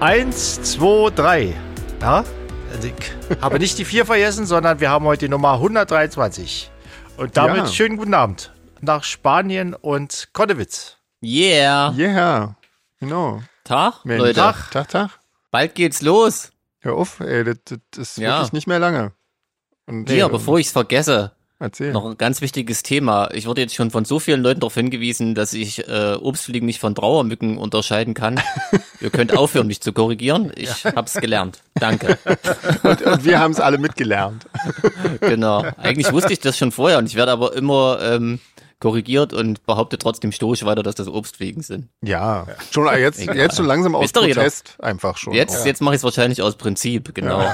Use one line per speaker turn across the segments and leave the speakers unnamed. Eins, zwei, drei. Ja? Also ich habe nicht die vier vergessen, sondern wir haben heute die Nummer 123. Und damit
Ja.
schönen guten Abend nach Spanien und Konnewitz.
Yeah.
Yeah, genau.
Tag,
Mensch.
Leute.
Tag, Tag, Tag.
Bald geht's los.
Hör auf, ey, das, das ist
Ja.
wirklich nicht mehr lange. Und,
Hier, bevor ich's vergesse,
Erzähl.
noch ein ganz wichtiges Thema. Ich wurde jetzt schon von so vielen Leuten darauf hingewiesen, dass ich äh, Obstfliegen nicht von Trauermücken unterscheiden kann. Ihr könnt aufhören, mich zu korrigieren. Ich hab's gelernt. Danke.
Und, und wir haben es alle mitgelernt.
Genau. Eigentlich wusste ich das schon vorher und ich werde aber immer ähm, korrigiert und behaupte trotzdem stoisch weiter, dass das Obstfliegen sind.
Ja, schon äh, jetzt,
Egal.
jetzt so langsam aus
Ist doch jeder.
Protest einfach schon.
Jetzt,
auch.
jetzt mache ich es wahrscheinlich aus Prinzip, genau.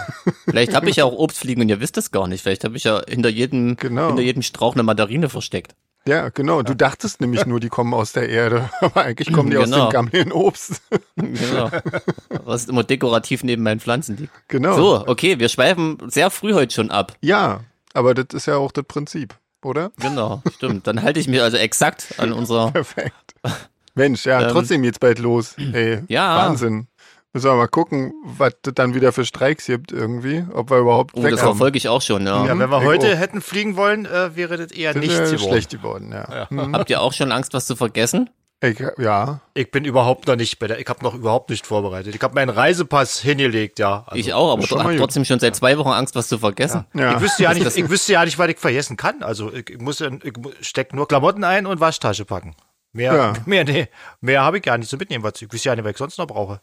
Vielleicht habe ich ja auch Obstfliegen und ihr wisst es gar nicht. Vielleicht habe ich ja hinter jedem,
Genau.
hinter jedem Strauch eine Mandarine versteckt.
Ja, genau. Du dachtest nämlich nur, die kommen aus der Erde, aber eigentlich kommen die aus
Genau.
dem gammeligen Obst.
Genau. Was immer dekorativ neben meinen Pflanzen liegt.
Genau.
So, okay, wir schweifen sehr früh heute schon ab.
Ja, aber das ist ja auch das Prinzip, oder?
Genau, stimmt. Dann halte ich mich also exakt an unserer.
Perfekt. Mensch, ja,
Ähm,
trotzdem geht's bald los. Ey,
Ja.
Wahnsinn. Müssen wir mal gucken, was das dann wieder für Streiks gibt irgendwie, ob wir überhaupt
Oh, das
wegkommen.
verfolge ich auch schon, ja.
Ja, wenn wir
Mhm. ich
heute
auch.
hätten fliegen wollen, äh, wäre das eher
Sind
nichts
wir
geworden.
schlecht geworden, ja. Ja. Hm.
Habt ihr auch schon Angst, was zu vergessen?
Ich, ja.
Ich bin überhaupt noch nicht bei der. Ich habe noch überhaupt nicht vorbereitet. Ich habe meinen Reisepass hingelegt, ja. Also,
Ich auch, aber
schon mal
hab
gut.
trotzdem schon seit zwei Wochen Angst, was zu vergessen.
Ja.
Ich wüsste ja nicht, ich wüsste ja nicht, was ich vergessen kann. Also ich, ich muss, in- ich steck nur Klamotten ein und Waschtasche packen. Mehr,
Ja.
mehr, nee, mehr habe ich gar nicht zu mitnehmen, was ich wüsste ja nicht, was ich sonst noch brauche.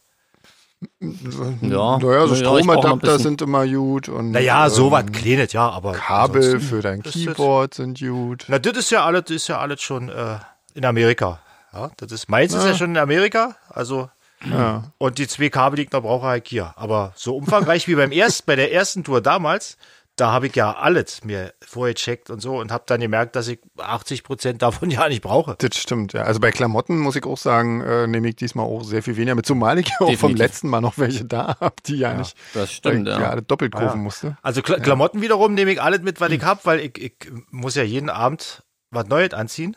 Ja.
Naja, so
ich brauch noch ein
also Stromadapter
bisschen.
sind immer gut und
Naja,
ähm,
so was kleines, ja, aber
Kabel
ansonsten-
für dein
das-
Keyboard sind gut.
Na, das ist ja alles, das ist ja alles schon äh, in Amerika. Ja, das ist meins ist ja schon in Amerika, also
Ja.
und die zwei Kabel, die ich noch brauche, habe ich hier. Aber so umfangreich wie beim erst, bei der ersten Tour damals, da habe ich ja alles mir vorher checkt und so und habe dann gemerkt, dass ich 80 Prozent davon ja nicht brauche.
Das stimmt, ja. Also bei Klamotten muss ich auch sagen, äh, nehme ich diesmal auch sehr viel weniger mit, zumal ich ja auch vom
Definitiv.
letzten Mal noch welche da habe, die ja, nicht
das stimmt,
weil ich
ja.
alle doppelt kaufen musste.
Also Kla Klamotten wiederum nehme ich alles mit, was ich habe, weil ich, ich muss ja jeden Abend was Neues anziehen.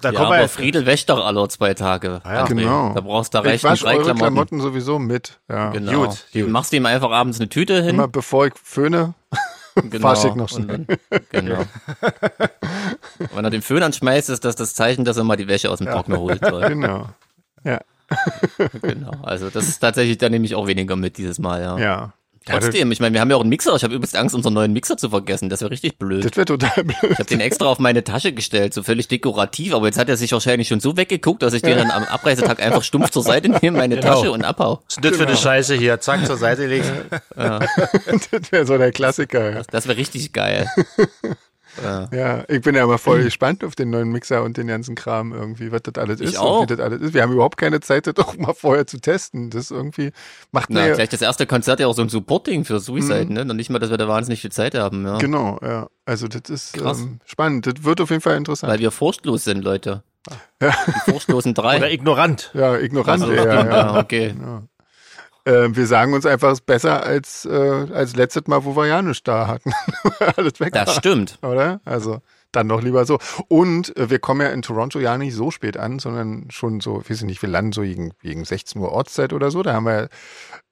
Da
Ja,
kommen wir
aber
ja,
Friedel wäscht doch alle zwei Tage.
Ah, ja.
André.
Genau.
Da brauchst du da
Ich
reichen
wasche
drei
eure Klamotten.
Klamotten.
sowieso mit. Ja.
Genau.
Gut,
Die Machst du ihm einfach abends eine Tüte hin.
Immer bevor ich föhne,
genau.
wasch ich noch
und
schnell.
dann- Genau. Wenn er den Föhn anschmeißt, ist das das Zeichen, dass er mal die Wäsche aus dem Trockner holt. soll.
Genau. Ja.
genau. Also das ist tatsächlich, da nehme ich auch weniger mit dieses Mal, ja.
Ja. ja das,
Trotzdem, ich meine, wir haben ja auch einen Mixer. Ich habe übelst Angst, unseren neuen Mixer zu vergessen. Das wäre richtig blöd.
das wird total blöd.
Ich habe den extra auf meine Tasche gestellt, so völlig dekorativ, aber jetzt hat er sich wahrscheinlich schon so weggeguckt, dass ich den dann am Abreisetag einfach stumpf zur Seite nehme, meine
Genau.
Tasche und abhau.
was ist denn das für
Genau.
eine Scheiße hier? Zack, zur Seite legen.
das wäre so der Klassiker. Ja.
Das wäre richtig geil.
Ja, ich bin ja mal voll gespannt auf den neuen Mixer und den ganzen Kram irgendwie, was das alles ist
auch.
und wie das alles ist. Wir haben überhaupt keine Zeit, das auch mal vorher zu testen. Das irgendwie macht
Na,
mir.
gleich das erste Konzert ja auch so ein Supporting für Suicide,
Mhm.
ne? Noch nicht mal, dass wir da wahnsinnig viel Zeit haben, ja.
Genau, ja. Also das ist
Krass.
ähm, spannend. Das wird auf jeden Fall interessant.
Weil wir furchtlos sind, Leute. Die furchtlosen
Oder
drei.
ignorant.
ja, ignorant.
Also,
eher, ja,
ja, okay.
Ähm, wir sagen uns einfach, es ist besser als, äh, als letztes Mal, wo wir ja nicht da hatten. alles weg.
Das
war,
stimmt.
Oder? Also dann doch lieber so. Und äh, wir kommen ja in Toronto ja nicht so spät an, sondern schon so, weiß ich nicht, wir landen so gegen, gegen 16 Uhr Ortszeit oder so. Da haben wir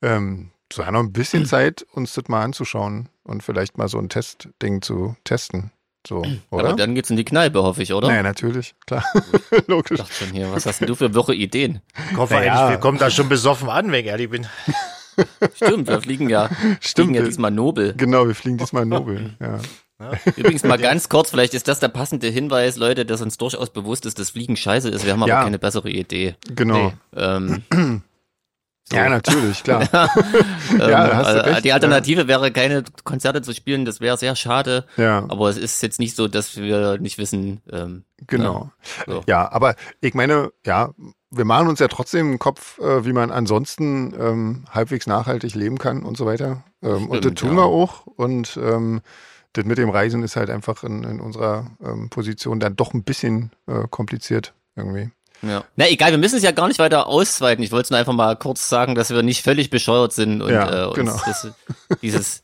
ähm, sogar noch ein bisschen Zeit, uns das mal anzuschauen und vielleicht mal so ein Testding zu testen. So,
Aber
oder?
dann geht's in die Kneipe, hoffe ich, oder?
Naja, natürlich, klar. Logisch.
Ich dachte schon hier, was hast denn du für Woche Ideen?
Ich hoffe
Naja.
eigentlich, wir kommen da schon besoffen an, wenn ich ehrlich bin.
Stimmt, wir fliegen ja, fliegen
Stimmt.
ja
wir-
diesmal Nobel.
Genau, wir fliegen diesmal Nobel. Ja.
Übrigens mal ganz kurz, vielleicht ist das der passende Hinweis, Leute, dass uns durchaus bewusst ist, dass Fliegen scheiße ist. Wir haben aber
Ja.
keine bessere Idee.
Genau.
Ähm,
Ja, natürlich, klar.
ähm,
hast du
also,
recht,
die
ja.
Alternative wäre, keine Konzerte zu spielen, das wäre sehr schade.
ne? Ja.
Aber es ist jetzt nicht so, dass wir nicht wissen, ähm,
Genau. Ja,
So.
aber ich meine, ja, wir machen uns ja trotzdem einen Kopf, äh, wie man ansonsten ähm, halbwegs nachhaltig leben kann und so weiter. Ähm, und das
Stimmt,
tun
ja.
wir auch. Und ähm, das mit dem Reisen ist halt einfach in, in unserer ähm, Position dann doch ein bisschen äh, kompliziert irgendwie.
Ja. Na egal, wir müssen es ja gar nicht weiter ausweiten. Ich wollte es nur einfach mal kurz sagen, dass wir nicht völlig bescheuert sind und
Ja,
äh, uns
genau.
das, dieses,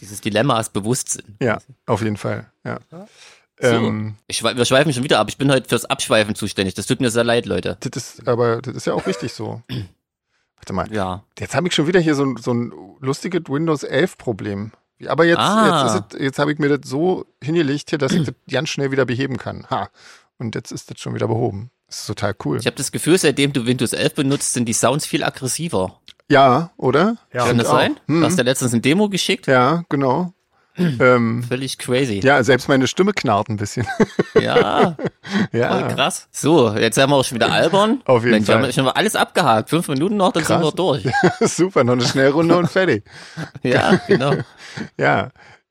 dieses Dilemmas bewusst sind.
Ja, auf jeden Fall. Ja.
So.
Ähm,
Ich, schwe- wir schweifen schon wieder ab. Ich bin heute fürs Abschweifen zuständig. Das tut mir sehr leid, Leute.
das ist, aber das ist ja auch richtig so. Warte mal.
Ja.
Jetzt habe ich schon wieder hier so ein, so ein lustiges Windows 11 Problem. Aber jetzt,
Ah.
jetzt, ist es- jetzt habe ich mir das so hingelegt hier, dass ich das ganz schnell wieder beheben kann. Ha. Und jetzt ist das schon wieder behoben. Das ist total cool.
Ich habe das Gefühl, seitdem du Windows 11 benutzt, sind die Sounds viel aggressiver.
Ja, Hm. oder?
Ja.
Kann
Find
das
auch.
sein? Du hast ja letztens ein Demo geschickt.
Ja, genau.
Hm.
ähm,
Völlig crazy.
ja, selbst meine Stimme knarrt ein bisschen.
Ja, voll
ja.
krass. So, jetzt haben wir auch schon wieder albern.
Auf jeden
Mensch, Wir
Fall.
haben schon mal alles abgehakt. Fünf Minuten noch, dann sind
Krass.
wir durch.
Super, noch eine Schnellrunde und fertig.
Ja, genau.
Ja.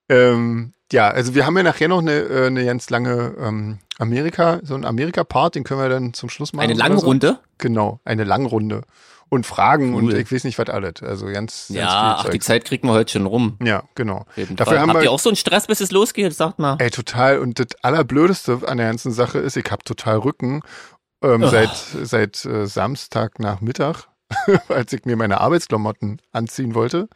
Ähm, ja, also wir haben ja nachher noch eine, äh, eine ganz lange ähm, Amerika, so einen Amerika-Part, den können wir dann zum Schluss machen.
Eine
oder
lange
so.
Runde.
Genau, eine Langrunde. Und Fragen und
Cool.
ich weiß nicht, was alles. Also ganz, ganz viel
Ja, ach, die
Zeug.
Zeit kriegen wir heute schon rum.
Ja, genau.
Auf jeden
Dafür
Fall.
haben
Habt ihr
wir,
auch so einen Stress, bis es losgeht? Sagt mal.
ey, total, und das Allerblödeste an der ganzen Sache ist, ich habe total Rücken ähm,
Ah.
seit, seit äh, Samstag nach Mittag, als ich mir meine Arbeitsklamotten anziehen wollte.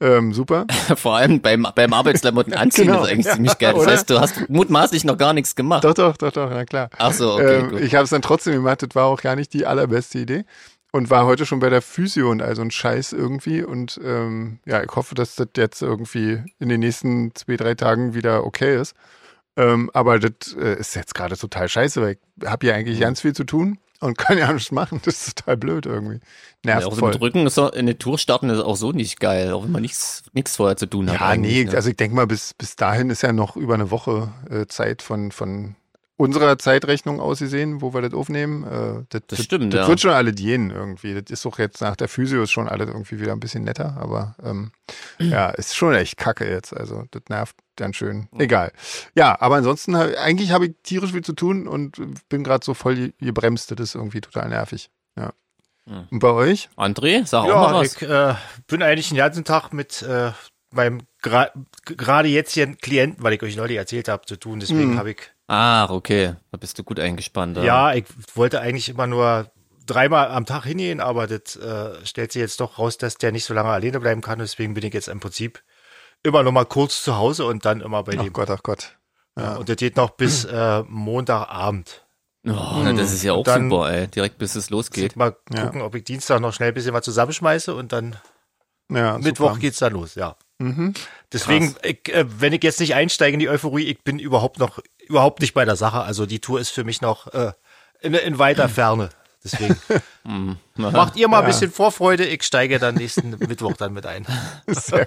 Ähm, super.
Vor allem beim, beim Arbeitsklamotten anziehen
Genau,
ist eigentlich
ja,
ziemlich geil. Das
oder?
heißt, du hast mutmaßlich noch gar nichts gemacht.
Doch, doch, doch, doch, na klar.
Ach so, okay,
ähm,
gut.
ich habe es dann trotzdem gemacht, das war auch gar nicht die allerbeste Idee. Und war heute schon bei der Physio und also ein Scheiß irgendwie. Und ähm, ja, ich hoffe, dass das jetzt irgendwie in den nächsten zwei, drei Tagen wieder okay ist. Ähm, aber das äh, ist jetzt gerade total scheiße, weil ich habe ja
Mhm.
eigentlich ganz viel zu tun und kann ja nichts machen. Das ist total blöd irgendwie.
Ja,
Nervt
auch so
voll.
mit Rücken ist doch- eine Tour starten ist auch so nicht geil, auch wenn man nichts nichts vorher zu tun hat.
Ja,
eigentlich,
nee,
ne?
also ich denke mal, bis, bis dahin ist ja noch über eine Woche äh, Zeit von, von unserer Zeitrechnung aus gesehen, wo wir das aufnehmen. Äh,
Das stimmt,
Das
ja.
wird schon alle dienen irgendwie. Das ist doch jetzt nach der Physio ist schon alles irgendwie wieder ein bisschen netter, aber ähm, ja, ist schon echt kacke jetzt. Also das nervt dann schön. Egal. Ja, aber ansonsten, hab- eigentlich habe ich tierisch viel zu tun und bin gerade so voll ge- gebremst. Das ist irgendwie total nervig. Ja.
Hm.
Und bei euch?
André, sag auch mal
Ja,
was.
ich äh, bin eigentlich den ganzen Tag mit äh, meinem gra- g- gerade jetzt hier Klienten, weil ich euch neulich erzählt habe, zu tun. Deswegen
Mhm.
habe ich
Ah, okay, da bist du gut eingespannt.
Ja, ich wollte eigentlich immer nur dreimal am Tag hingehen, aber das äh, stellt sich jetzt doch raus, dass der nicht so lange alleine bleiben kann. Deswegen bin ich jetzt im Prinzip immer noch mal kurz zu Hause und dann immer bei
Ach
dem.
Gott, ach Gott.
Und das geht noch bis äh, Montagabend.
Oh, na, das ist ja auch
Dann-
super, ey. Direkt bis es losgeht.
Mal
Ja.
gucken, ob ich Dienstag noch schnell ein bisschen was zusammenschmeiße und dann
Ja, super.
Mittwoch geht's dann los, ja.
Mhm.
Deswegen, ich, äh, wenn ich jetzt nicht einsteige in die Euphorie, ich bin überhaupt noch, überhaupt nicht bei der Sache. Also die Tour ist für mich noch äh, in, in weiter Ferne. Deswegen.
Mhm.
Macht ihr mal ein bisschen Vorfreude, ich steige dann nächsten Mittwoch dann mit ein.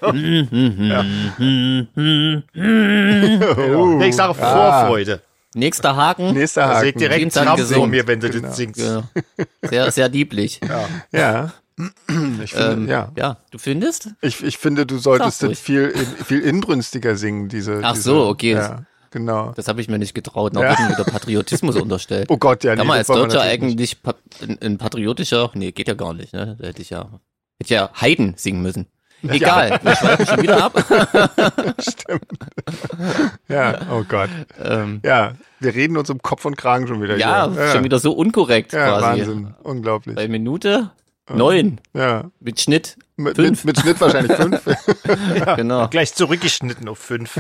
Oh.
Genau. Nee, ich sage
Ah.
Vorfreude.
Nächster Haken.
Nächster
Da
Haken.
seht direkt
Gibt's dann
Trump vor
gesungen.
mir, wenn du
Genau.
das singst.
Ja. Sehr, sehr lieblich.
Ja. Ich finde,
Ähm,
ja.
ja. du findest?
Ich, ich finde, du solltest
Sag's ruhig.
das viel, in- viel inbrünstiger singen, diese.
Ach
diese,
so, okay.
Ja, genau.
Das habe ich mir nicht getraut. Noch ja. wieder Patriotismus unterstellt.
Oh Gott, ja,
Kann
nee,
man als
das wollen wir
Deutscher
natürlich nicht.
eigentlich pa ein, ein patriotischer? Nee, geht ja gar nicht, ne? Da hätte ich ja, hätte ich ja Haydn singen müssen. Egal, wir schweifen schon wieder ab.
Ja, oh Gott.
Ähm,
Ja, wir reden uns um Kopf und Kragen schon wieder.
ja,
hier. ja.
schon wieder so unkorrekt
Ja,
quasi.
Wahnsinn. Unglaublich.
Bei Minute neun
Ja.
mit Schnitt.
Mit,
Fünf.
mit, mit Schnitt wahrscheinlich fünf.
Genau,
Gleich zurückgeschnitten auf fünf.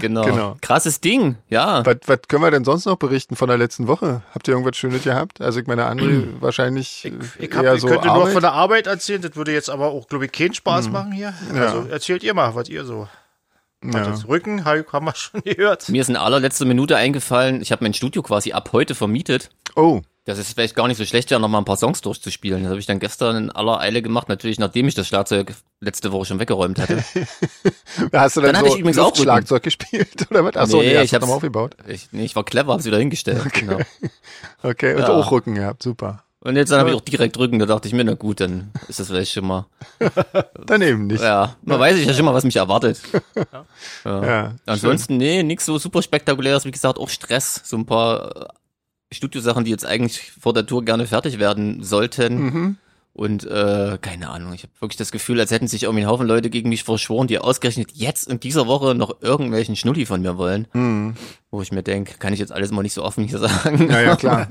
genau,
genau.
Krasses Ding, ja.
was, was können wir denn sonst noch berichten von der letzten Woche? Habt ihr irgendwas Schönes gehabt? Also, ich meine, andere wahrscheinlich äh,
Ich, hab,
eher
ich
so
könnte nur
Arbeit.
von der Arbeit erzählen, das würde jetzt aber auch, glaube ich, keinen Spaß machen hier. Also erzählt ihr mal, was ihr so. Ja. Das Rücken hab- haben wir schon gehört.
Mir ist in allerletzter Minute eingefallen, ich habe mein Studio quasi ab heute vermietet.
Oh,
Das ist vielleicht gar nicht so schlecht, ja nochmal ein paar Songs durchzuspielen. Das habe ich dann gestern in aller Eile gemacht, natürlich nachdem ich das Schlagzeug letzte Woche schon weggeräumt hatte.
hast du dann,
Dann hatte
so
ich übrigens auch Rücken.
Schlagzeug gespielt oder was? Ach so,
Nee,
nee, hast
ich
du nochmal
hab's-
aufgebaut.
Ich, nee, ich war clever, hab's wieder hingestellt. Genau.
Okay, und
Ja.
auch Rücken gehabt, super.
Und jetzt dann habe ich auch direkt Rücken, da dachte ich mir, na gut, dann ist das vielleicht schon mal.
Daneben nicht.
Ja, man weiß ja schon mal, was mich erwartet. Ja.
Ja,
Ansonsten, nee, nichts so super spektakuläres, wie gesagt, auch Stress, so ein paar äh, Studiosachen, die jetzt eigentlich vor der Tour gerne fertig werden sollten.
Mhm.
Und äh, keine Ahnung, ich habe wirklich das Gefühl, als hätten sich irgendwie ein Haufen Leute gegen mich verschworen, die ausgerechnet jetzt in dieser Woche noch irgendwelchen Schnulli von mir wollen.
Mhm.
Wo ich mir denke, kann ich jetzt alles mal nicht so offen hier sagen.
Hm. Ja, ja, klar.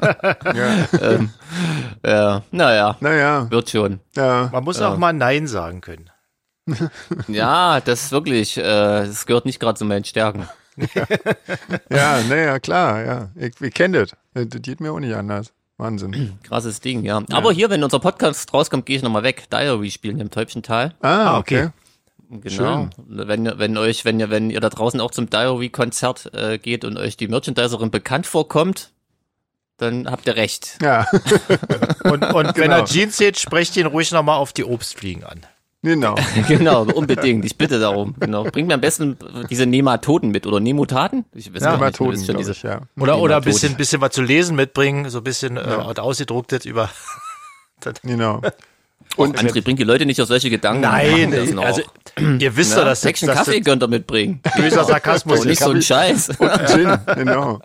ja.
ähm, ja, naja,
Naja,
wird schon.
ja.
Man muss auch mal Nein sagen können.
Ja, das ist wirklich, äh, das gehört nicht gerade zu meinen Stärken.
ja, naja, klar, ja. Ich, ich kenne das. Das geht mir auch nicht anders. Wahnsinn.
Krasses Ding, ja. Aber hier, wenn unser Podcast rauskommt, gehe ich nochmal weg. Diary spielen im Täubchental.
Ah, okay.
Genau. Wenn, wenn euch, wenn ihr, wenn ihr da draußen auch zum Diary-Konzert äh, geht und euch die Merchandiserin bekannt vorkommt, dann habt ihr recht.
Ja,
Und, und wenn
Genau.
er Jeans sieht, sprecht ihn ruhig nochmal auf die Obstfliegen an.
genau.
genau, unbedingt. Ich bitte darum. Genau. Bringt mir am besten diese Nematoden mit oder Nemotaden? Ich weiß
Ja,
gar nicht, man
Methoden,
ist schon
glaub
diese
ich, ja.
Oder, oder ein
Die Methoden.
bisschen, bisschen was zu lesen mitbringen, so ein bisschen äh, ausgedrucktes über.
Genau.
Und André, bringt die Leute nicht auf solche Gedanken.
Nein,
Machen das noch.
also ihr wisst
genau. Na,
doch, dass das,
Päckchen
dass das
Kaffee könnt ihr mitbringen.
böser
Und
Sarkasmus
nicht
ist.
so ein Scheiß.
Gin, genau.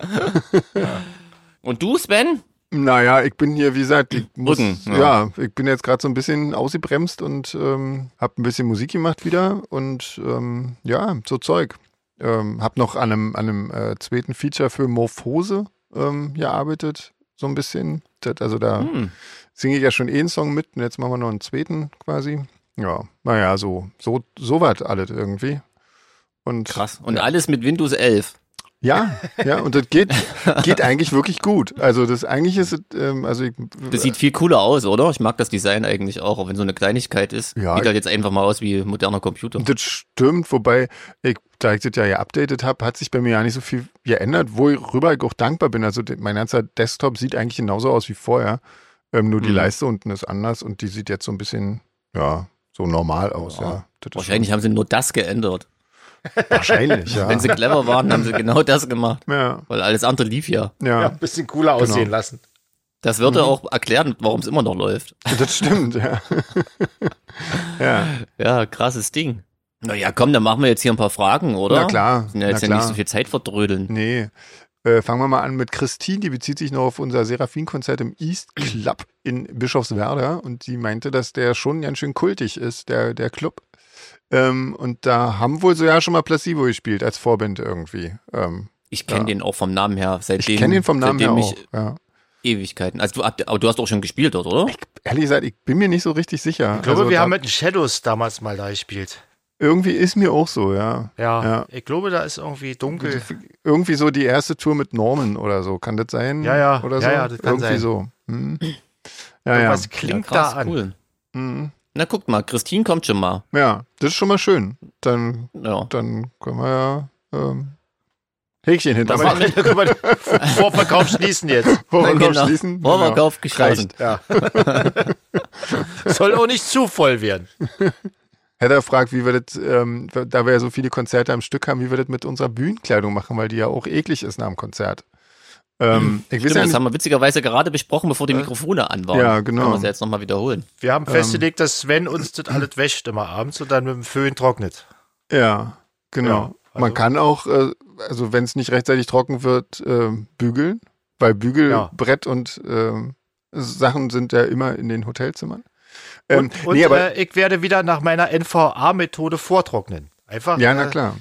Und du, Sven?
Naja, ich bin hier, wie gesagt, ich muss,
Rücken,
ja.
ja.
ich bin jetzt gerade so ein bisschen ausgebremst und ähm, habe ein bisschen Musik gemacht wieder und ähm, ja, so Zeug. Ähm, habe noch an einem, an einem äh, zweiten Feature für Morphose ähm, gearbeitet, so ein bisschen. Das, also da
Hm.
singe ich ja schon eh einen Song mit und jetzt machen wir noch einen zweiten quasi. Ja, naja, so, so, so was alles irgendwie. Und
Krass. Und alles mit Windows 11.
ja, ja, und das geht, geht eigentlich wirklich gut. Also das eigentlich ist, es, ähm, also ich,
Das sieht viel cooler aus, oder? Ich mag das Design eigentlich auch, auch wenn so eine Kleinigkeit ist.
Ja.
Sieht halt jetzt einfach mal aus wie moderner Computer.
Das stimmt, wobei, ich, da ich das ja geupdatet habe, hat sich bei mir ja nicht so viel geändert, worüber ich auch dankbar bin. Also de- mein ganzer Desktop sieht eigentlich genauso aus wie vorher. Ähm, nur die
Mhm.
Leiste unten ist anders und die sieht jetzt so ein bisschen, ja, so normal aus, ja.
Ja.
Das ist
Wahrscheinlich haben sie nur das
schon-
geändert.
wahrscheinlich, ja.
Wenn sie clever waren, haben sie genau das gemacht.
ja.
Weil alles andere lief ja.
Ja,
Ja,
ein bisschen cooler aussehen
Genau.
lassen.
Das
Mhm.
würde auch erklären, warum es immer noch läuft.
das stimmt, ja. ja,
Ja, krasses Ding. Naja, komm, dann machen wir jetzt hier ein paar Fragen, oder?
na klar.
Ja,
na
jetzt ja
klar.
nicht so viel Zeit verdrödeln.
Nee. Äh, fangen wir mal an mit Christine, die bezieht sich noch auf unser Seraphin-Konzert im East Club in Bischofswerder und die meinte, dass der schon ganz schön kultig ist, der, der Club. Ähm, und da haben wohl so ja schon mal Placebo gespielt als Vorband irgendwie. Ähm,
Ich kenne
Ja.
den auch vom Namen her. Seitdem,
ich kenne den vom Namen her
seitdem
auch.
ich
Ja.
Ewigkeiten. Also du, habt- aber du hast auch schon gespielt dort, oder?
Ehrlich gesagt, ich bin mir nicht so richtig sicher.
Ich glaube,
Also
wir
da,
haben halt mit den Shadows damals mal da gespielt.
irgendwie ist mir auch so, ja.
Ja,
Ja.
ich glaube, da ist irgendwie dunkel.
Irgendwie so die erste Tour mit Norman oder so. Kann das sein?
Ja, ja.
Oder
Ja,
so?
ja, das kann
irgendwie
sein.
so. Hm. Ja, ja.
Was klingt
ja, krass,
da an?
cool.
Mhm.
Na guck mal, Christine kommt schon mal.
ja, das ist schon mal schön. Dann
Ja.
dann können wir ja ähm, Häkchen hinter
Aber
Was war-
da können wir den Vorverkauf schließen jetzt.
Vorverkauf
genau.
schließen.
Vorverkauf geschlossen.
Reicht.
Ja. Soll auch nicht zu voll werden.
Heather fragt, wie wir das, ähm, da wir ja so viele Konzerte am Stück haben, wie wir das mit unserer Bühnenkleidung machen, weil die ja auch eklig ist nach dem Konzert. Ähm, ich weiß
Hm. Stimmt,
ja
das
nicht,
haben wir witzigerweise gerade besprochen, bevor die Mikrofone an waren.
Ja, genau.
Können wir es ja jetzt nochmal wiederholen.
Wir
Ähm.
haben festgelegt, dass Sven uns das alles wäscht immer abends und dann mit dem Föhn trocknet.
ja, genau.
Ja, also-
Man kann auch, äh, also wenn es nicht rechtzeitig trocken wird, äh, bügeln, weil
Ja.
Bügelbrett und ähm, Sachen sind ja immer in den Hotelzimmern. Ähm,
Und
nee, aber
äh, ich werde wieder nach meiner NVA-Methode vortrocknen. Einfach
ja, na
äh,
klar.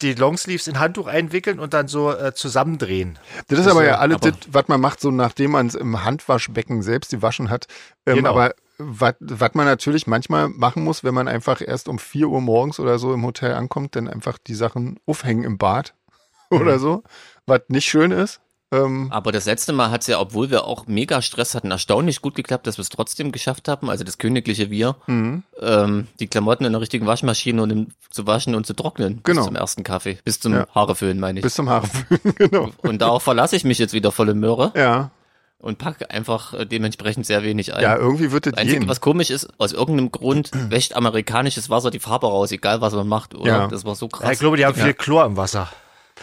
die Longsleeves in Handtuch einwickeln und dann so äh, zusammendrehen.
Das ist aber ja
ja,
alles,
aber-
das, was man macht, so nachdem man es im Handwaschbecken selbst gewaschen hat. Ähm,
Genau.
Aber was was man natürlich manchmal machen muss, wenn man einfach erst um 4 Uhr morgens oder so im Hotel ankommt, dann einfach die Sachen aufhängen im Bad
Mhm.
oder so, was nicht schön ist. Ähm,
Aber das letzte Mal hat es ja, obwohl wir auch mega Stress hatten, erstaunlich gut geklappt, dass wir es trotzdem geschafft haben, also das königliche Wir,
mhm.
ähm, die Klamotten in der richtigen Waschmaschine und im, zu waschen und zu trocknen.
Genau.
Bis zum ersten Kaffee. Bis zum
Ja.
Haareföhnen, meine ich.
Bis zum Haarföhn, genau.
und darauf verlasse ich mich jetzt wieder volle Möhre
Ja,
und packe einfach äh, dementsprechend sehr wenig ein.
ja, irgendwie wird das
Das Einzige,
gehen.
was komisch ist, aus irgendeinem Grund wäscht amerikanisches Wasser die Farbe raus, egal was man macht, oder?
Ja.
Das war so
Ja,
krass.
ich glaube, die haben viel Chlor im Wasser.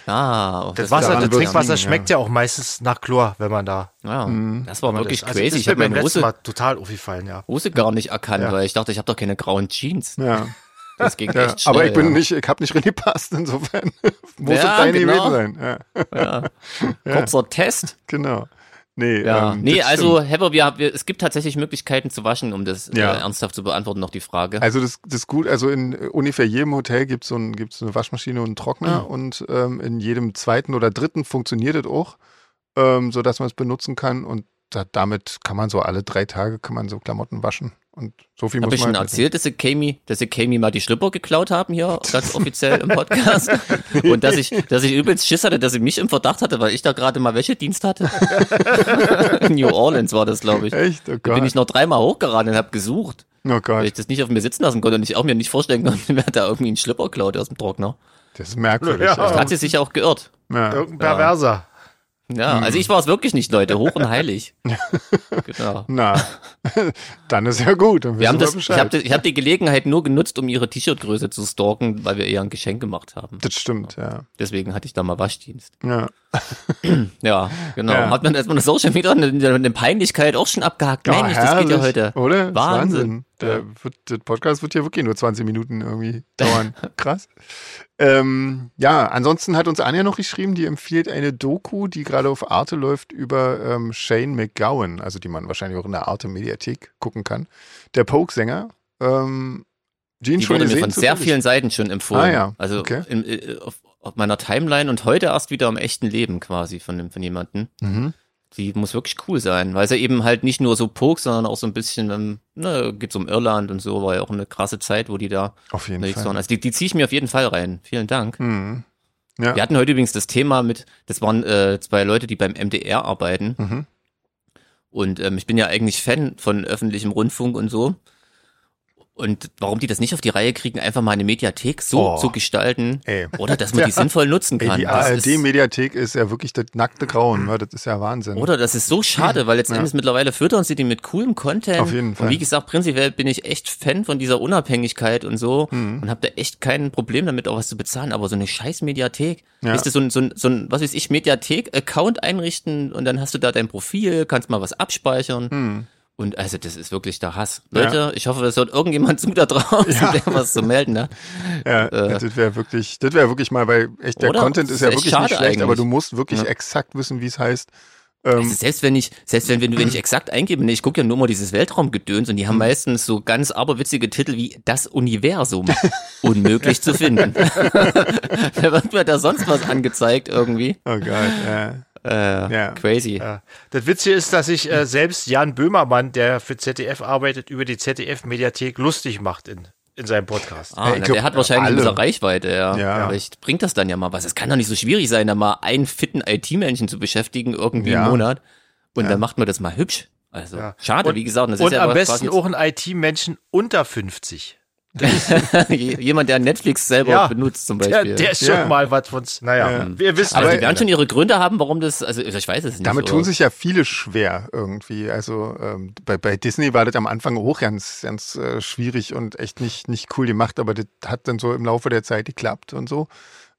ah,
Das Wasser,
daran
das
wird's
Trinkwasser
liegen, ja.
schmeckt ja. auch meistens nach Chlor, wenn man da.
Ja, das war wirklich
Also,
crazy.
Das
ich
ist
habe
mir beim
meine
letzten
Hose,
Mal total aufgefallen, ja.
Hose gar nicht erkannt,
Ja.
weil ich dachte, ich habe doch keine grauen Jeans.
ja.
Das ging
Ja,
echt schnell.
aber ich bin
ja.
nicht, ich habe nicht reingepasst, insofern muss
Ja,
es deine
genau.
gewesen sein. Ja,
Kurzer Test.
genau. Nee,
Ja.
ähm,
nee,
das
also, Heber, wir, wir, es gibt tatsächlich Möglichkeiten zu waschen, um das
Ja.
äh, ernsthaft zu beantworten, noch die Frage.
Also das, das ist gut, also in äh, ungefähr jedem Hotel gibt so ein, gibt's eine Waschmaschine und einen Trockner und ähm, in jedem zweiten oder dritten funktioniert das auch, ähm, sodass man es benutzen kann und da, damit kann man so alle drei Tage kann man so Klamotten waschen. Und so viel
Habe
muss
ich
man
schon
halt wissen.
erzählt, dass sie Kami, dass sie Kami mal die Schlipper geklaut haben hier, ganz offiziell im Podcast. Und dass ich, dass ich übelst Schiss hatte, dass sie mich im Verdacht hatte, weil ich da gerade mal Wäschedienst hatte. In New Orleans war das, glaube ich.
Echt? Oh
Da
Gott.
bin ich noch dreimal hochgeraten und habe gesucht,
oh
weil
Gott.
ich das nicht auf mir sitzen lassen konnte und ich auch mir nicht vorstellen konnte, wer da irgendwie einen Schlipper klaut aus dem Trockner.
Das ist merkwürdig. also,
Ja.
Da hat sie sich ja auch geirrt.
Ja.
Irgendein Perverser.
Ja,
Hm.
also ich war es wirklich nicht, Leute. Hoch und heilig. Genau.
Na, dann ist ja gut. Dann
Wir haben das,
wissen
ich
Bescheid.
habe das, ich hab die Gelegenheit nur genutzt, um ihre T-Shirt-Größe zu stalken, weil wir ihr ein Geschenk gemacht haben.
das stimmt, ja.
Deswegen hatte ich da mal Waschdienst.
ja.
Ja, genau.
Ja.
Hat man erstmal das auch schon wieder eine, eine Peinlichkeit auch schon abgehakt.
Ja,
Mensch, das geht
herrlich,
ja
Oh,
heute.
Oder?
Wahnsinn.
Wahnsinn. Der, wird, der Podcast wird hier wirklich nur 20 Minuten irgendwie dauern. Krass. Ähm, ja, ansonsten hat uns Anja noch geschrieben, die empfiehlt eine Doku, die gerade auf Arte läuft, über ähm, Shane McGowan, also die man wahrscheinlich auch in der Arte Mediathek gucken kann. Der Poke-Sänger. Ähm, den
Die
schon
wurde mir
gesehen,
von sehr
zufällig?
vielen Seiten schon empfohlen.
Ah, ja.
Also
Okay.
im, äh, auf, auf meiner Timeline und heute erst wieder im echten Leben quasi von, dem- von jemandem.
Mhm.
Die muss wirklich cool sein, weil sie eben halt nicht nur so Poke, sondern auch so ein bisschen, ähm, ne, geht's um Irland und so, war ja auch eine krasse Zeit, wo die da
Auf jeden
unterwegs waren.
Fall.
Also die, die ziehe ich mir auf jeden Fall rein. Vielen Dank.
Mhm. Ja.
Wir hatten heute übrigens das Thema mit, das waren äh, zwei Leute, die beim MDR arbeiten.
Mhm.
Und ähm, ich bin ja eigentlich Fan von öffentlichem Rundfunk und so. Und warum die das nicht auf die Reihe kriegen, einfach mal eine Mediathek so
Oh.
zu gestalten,
Ey.
oder dass man die
Ja.
sinnvoll nutzen
Ey,
kann.
die
Das ist-
ARD-Mediathek ist ja wirklich das nackte Grauen. wa? Das ist ja Wahnsinn.
Oder das ist so schade, weil letztendlich mittlerweile füttern sie die mit coolem Content.
Auf jeden Fall.
Und wie gesagt, prinzipiell bin ich echt Fan von dieser Unabhängigkeit und so
Mhm.
und habe da echt kein Problem damit, auch was zu bezahlen. Aber so eine scheiß Mediathek,
Ja.
ist das so ein, so ein, so ein was weiß ich, Mediathek-Account einrichten und dann hast du da dein Profil, kannst mal was abspeichern. Und also das ist wirklich der Hass.
Hm. Ja.
Leute, ich hoffe, es hört irgendjemand zu da draußen, der was zu melden hat.
Ja, das wäre wirklich, das wäre wirklich mal, weil echt der
Äh, Oder?
Content ist
Ist
ja
echt
wirklich nicht
schade
schlecht, aber
eigentlich.
du musst wirklich
Ja.
exakt wissen, wie es heißt.
Ähm,
Also selbst wenn ich, selbst wenn, wenn, wenn ich exakt eingebe, ne, ich gucke ja nur mal dieses Weltraumgedöns und die
Mhm.
haben meistens so ganz aberwitzige Titel wie das Universum unmöglich zu finden. da wird mir da sonst was angezeigt irgendwie.
Oh Gott, ja.
Äh,
Ja.
Crazy.
Ja. Das Witzige ist, dass sich äh, selbst Jan Böhmermann, der für ZDF arbeitet, über die ZDF-Mediathek lustig macht in, in seinem Podcast.
Ah,
ich
na,
glaub,
der hat wahrscheinlich
alle.
eine unsere Reichweite, ja.
Ja.
Vielleicht bringt das dann ja mal was. Es kann doch nicht so schwierig sein, da mal einen fitten IT-Menschen zu beschäftigen, irgendwie
Ja.
im Monat. Und dann macht man das mal hübsch. Also,
Ja.
schade,
Und-
wie gesagt, das
Und
ist ja
am
aber
besten
quasi-
auch ein IT-Menschen unter 50.
jemand, der Netflix selber
Ja.
benutzt zum
Der,
Beispiel.
der ist
Ja.
schon mal was von uns. Naja, hm. wir wissen äh, es
Aber Also die werden
nicht.
schon ihre Gründe haben, warum das, also ich weiß es nicht.
äh, Damit
aber-
tun sich ja viele schwer irgendwie. Also ähm, bei, bei Disney war das am Anfang auch ganz, ganz äh, schwierig und echt nicht, nicht cool gemacht, aber das hat dann so im Laufe der Zeit geklappt und so.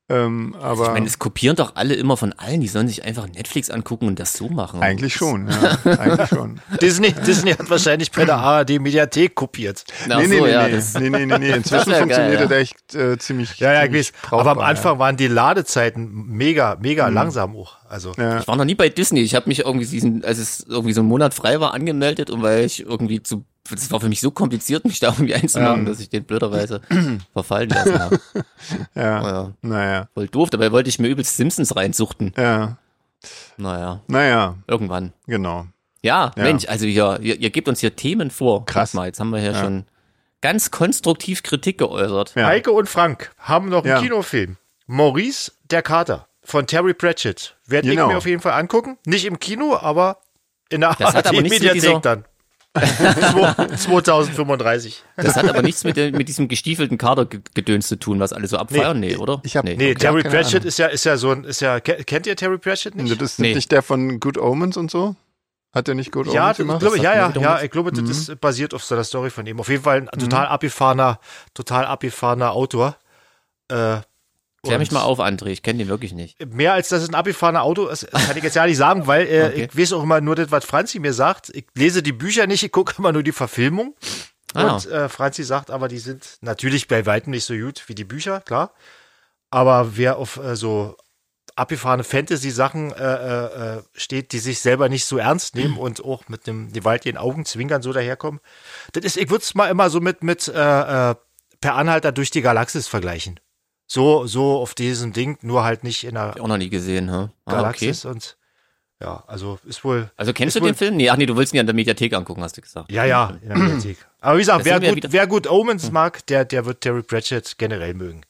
Ähm, aber
Ich meine, es kopieren doch alle immer von allen, die sollen sich einfach Netflix angucken und das so machen.
eigentlich schon, ja, eigentlich schon.
Disney, Disney hat wahrscheinlich bei der ARD-Mediathek kopiert.
Na,
nee, nee,
so,
nee,
ja,
nee.
das,
nee, nee, nee, nee. Inzwischen
wär geil,
funktioniert
ja.
das echt äh, ziemlich.
Ja, ja, ich
ziemlich
weiß. Aber am
brauchbar, ja. Hm.
Anfang waren die Ladezeiten mega, mega langsam auch. Also,
Ja.
ich war noch nie bei Disney. Ich habe mich irgendwie diesen, als es irgendwie so einen Monat frei war, angemeldet und weil ich irgendwie zu, das war für mich so kompliziert, mich da irgendwie einzuloggen, dass ich den blöderweise verfallen lassen habe.
Ja.
Naja,
Naja.
voll doof. Dabei wollte ich mir übelst Simpsons reinsuchten.
Ja.
Naja,
Naja,
irgendwann.
genau.
Ja,
Ja.
Mensch, also hier, ihr, ihr gebt uns hier Themen vor.
Krass.
Guck Mal, jetzt haben wir hier schon ganz konstruktiv Kritik geäußert.
Ja.
Heike und Frank haben noch einen
Ja.
Kinofilm. Maurice, der Kater von Terry Pratchett. Werde
Genau.
ich mir auf jeden Fall angucken. Nicht im Kino, aber in der
Das hat aber nichts mit dieser-
ARD-Mediathek dann. Zwo- 2035.
Das hat aber nichts mit, dem- mit diesem gestiefelten Kadergedöns zu tun, was alle so abfeiern. Nee, oder?
ich hab-
Nee,
Okay,
Terry
keine
Pratchett
Ahnung.
ist ja, ist ja so ein, ist ja, ke- kennt ihr Terry Pratchett
Und
nicht?
das ist
Nee.
nicht der von Good Omens und so? Hat er nicht Good
Ja,
Omens
das,
gemacht?
glaube, ich,
Das
ja,
hat
ja,
man-
ja, ich glaube,
Mhm.
das ist basiert auf so einer Story von ihm. Auf jeden Fall ein total abgefahrener, total abgefahrener Autor. Äh,
Klär mich
und-
mal auf, André. Ich kenne den wirklich nicht.
Mehr als dass es ein abgefahrener Auto ist, das kann ich jetzt ja nicht sagen, weil äh,
Okay.
ich weiß auch immer nur das, was Franzi mir sagt. Ich lese die Bücher nicht, ich gucke immer nur die Verfilmung.
Ah.
Und äh, Franzi sagt aber, die sind natürlich bei weitem nicht so gut wie die Bücher, klar. Aber wer auf äh, so abgefahrene Fantasy-Sachen äh, äh, äh, steht, die sich selber nicht so ernst nehmen und auch mit einem gewaltigen Augenzwinkern so daherkommen, das ist, ich würde es mal immer so mit, mit äh, äh, Per Anhalter durch die Galaxis vergleichen. So, so auf diesem Ding, nur halt nicht in einer
Auch noch nie gesehen, hä? Ah, okay.
Galaxis und Ja, also ist wohl.
Also kennst
ist
du den
wohl-
Film? Nee, ach nee, du willst ihn ja in der Mediathek angucken, hast du gesagt.
Ja, ja, in der Mediathek. Aber wie gesagt,
Hm. Da
wer
sind wir
gut,
wieder- Hm.
wer gut Omens mag, der, der wird Terry Pratchett generell mögen.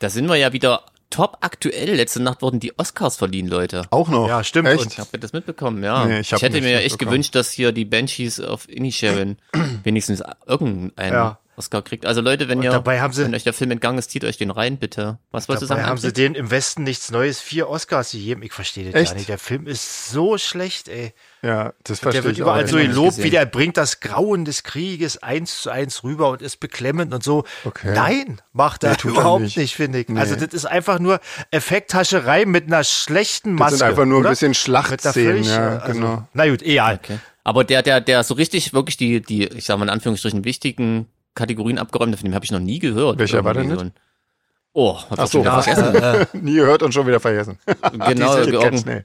Da sind wir ja wieder top aktuell. Letzte Nacht wurden die Oscars verliehen, Leute.
Auch noch.
Ja, stimmt.
Echt?
Habt ihr das mitbekommen? Ja.
Nee, ich
ich,
hab
hätte
nicht
mir ja echt
mitbekommen.
gewünscht, dass hier die Banshees auf Inisherin wenigstens irgendeinen
Ja.
Oscar kriegt. Also Leute, wenn
Und
ihr
dabei haben sie-
wenn euch der Film entgangen ist, zieht euch den rein, bitte. Was wolltest du
Dabei
sagen?
haben sie
André?
den im Westen nichts Neues, vier Oscars gegeben. Ich verstehe das
Echt?
gar nicht. Der Film ist so schlecht, ey.
Ja, das verstehe
Der wird
ich auch
überall
nicht.
so
hab ich noch
gelobt,
nicht
wie
gesehen.
der bringt das Grauen des Krieges eins zu eins rüber und ist beklemmend und so.
Okay.
Nein, macht er
Nee, tut er
überhaupt
nicht.
nicht, finde ich.
Nee.
Also das ist einfach nur Effekthascherei mit einer schlechten
Das
Maske.
sind einfach nur ein
oder?
bisschen
mit einer
Schlachtszenen,
völlig,
ja,
also,
genau.
Na gut, egal.
Okay. Aber der, der, der so richtig wirklich die, die, ich sag mal in Anführungsstrichen wichtigen Kategorien abgeräumt, hat, von dem habe ich noch nie gehört.
Welcher war denn
Irgendwie so ein- Oh,
also
hab
Ach
ich schon
so,
wieder vergessen.
nie gehört und schon wieder vergessen.
genau,
also
Geht ganz
irgend,
schnell.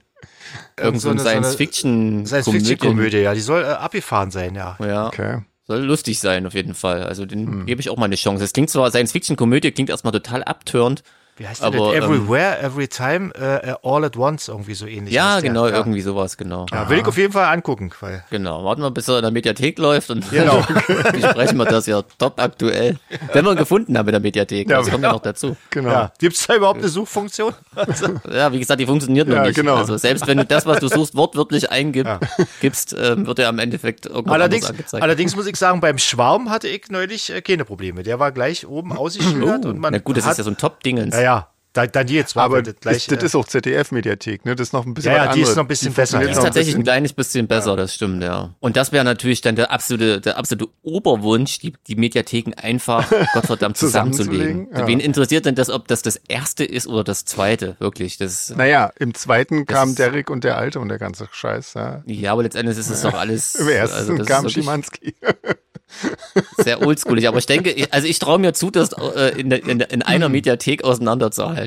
irgend so ein
so eine- so eine-
Science-Fiction.
Science-Fiction-Komödie, ja, die soll äh, abgefahren sein, ja.
Ja.
Okay.
Soll lustig sein, auf jeden Fall. Also den
Hm.
gebe ich auch mal eine Chance. Es klingt zwar Science-Fiction-Komödie, klingt erstmal total abtörend.
Wie heißt
Aber,
der
ähm,
denn? Everywhere, Every Time, äh, All at Once, irgendwie so ähnlich.
Ja,
heißt der.
genau,
ja.
irgendwie sowas, genau.
Ja, will ich auf jeden Fall angucken, weil
Genau, warten wir, bis er in der Mediathek läuft und genau. besprechen wir das ja top aktuell. Wenn wir ihn gefunden haben in der Mediathek,
Ja,
das kommt ja noch dazu.
Genau.
ja. gibt's da überhaupt eine Suchfunktion?
Ja, wie gesagt, die funktioniert noch
Ja,
nicht.
genau.
Also selbst wenn du das, was du suchst, wortwörtlich eingibst, ähm, wird er am Endeffekt irgendwas
Allerdings,
anderes angezeigt.
allerdings muss ich sagen, beim Schwarm hatte ich neulich äh, keine Probleme. Der war gleich oben ausgeschildert und man
Oh. Na gut, das
hat,
ist ja so ein Top-Dingens.
ja, ja, da, dann jetzt war
Aber
das
das,
gleich.
das
äh,
ist auch ZDF-Mediathek, ne? Das ist noch ein bisschen
Ja, ja,
was
die ist
anderes.
noch ein bisschen besser, ja.
funktioniert
Die ist
noch ein
tatsächlich ein
bisschen.
kleines bisschen besser, das stimmt, ja. Und das wäre natürlich dann der absolute, der absolute Oberwunsch, die, die Mediatheken einfach, Gottverdammt, zusammenzulegen.
Zusammenzulegen, ja.
Wen interessiert denn das, ob das das erste ist oder das zweite, wirklich? Das,
Naja, im zweiten kam
ist-
Derek und der Alte und der ganze Scheiß. Ja.
ja, aber letztendlich ist es doch alles
Im ersten
also das
kam
ist wirklich
Schimanski.
sehr oldschoolig. Aber ich denke, ich- also ich traue mir zu, das äh, in, der- in, der- in einer Mediathek auseinanderzuhalten.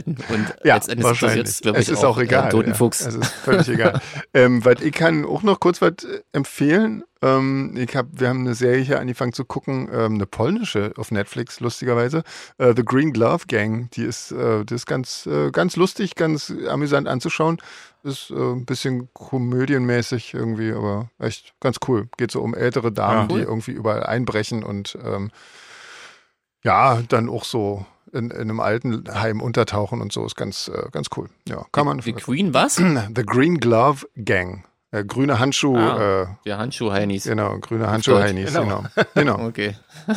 Hm.
Und
Ja,
letztendlich interessiert
wahrscheinlich.
es, glaube ich,
es ist auch, egal.
Äh, Toten
ja. Also,
Fuchs.
Es ist völlig egal. ähm, weil ich kann auch noch kurz was äh, empfehlen. Ähm, ich hab, wir haben eine Serie hier angefangen zu gucken, ähm, eine polnische auf Netflix, lustigerweise. Äh, The Green Glove Gang. Die ist, äh, die ist ganz, äh, ganz lustig, ganz amüsant anzuschauen. Ist äh, ein bisschen komödienmäßig irgendwie, aber echt ganz cool. Geht so um ältere
Ah.
Damen, die irgendwie überall einbrechen und ähm, ja, dann auch so in, in einem alten Heim untertauchen und so ist ganz, äh, ganz cool. Ja, kann man. Hm.
Die Queen was?
The Green Glove Gang. Äh, grüne Handschuh,
Ah. Ja, Handschuh-Heinis.
äh, genau, grüne Handschuh-Heinis, genau.
Genau.
genau.
Okay.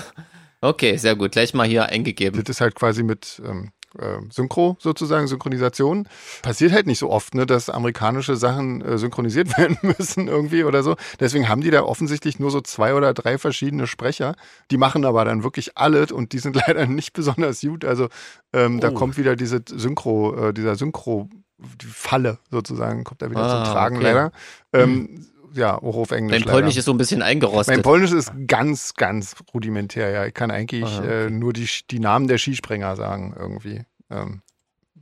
Okay, sehr gut. Gleich mal hier eingegeben.
Das ist halt quasi mit ähm, äh, Synchro sozusagen, Synchronisation. Passiert halt nicht so oft, ne, dass amerikanische Sachen äh, synchronisiert werden müssen irgendwie oder so. Deswegen haben die da offensichtlich nur so zwei oder drei verschiedene Sprecher. Die machen aber dann wirklich alles und die sind leider nicht besonders gut. Also ähm, da
Oh.
kommt wieder diese Synchro, äh, dieser Synchro. Die Falle sozusagen kommt da wieder
Ah,
zum Tragen
okay. Hm.
leider. Ähm, Ja, auch auf Englisch.
Dein Polnisch
leider.
ist so ein bisschen eingerostet.
Mein Polnisch ist ganz, ganz rudimentär, ja. Ich kann eigentlich
Ah,
äh, nur die, Sch- die Namen der Skispringer sagen irgendwie. Ähm,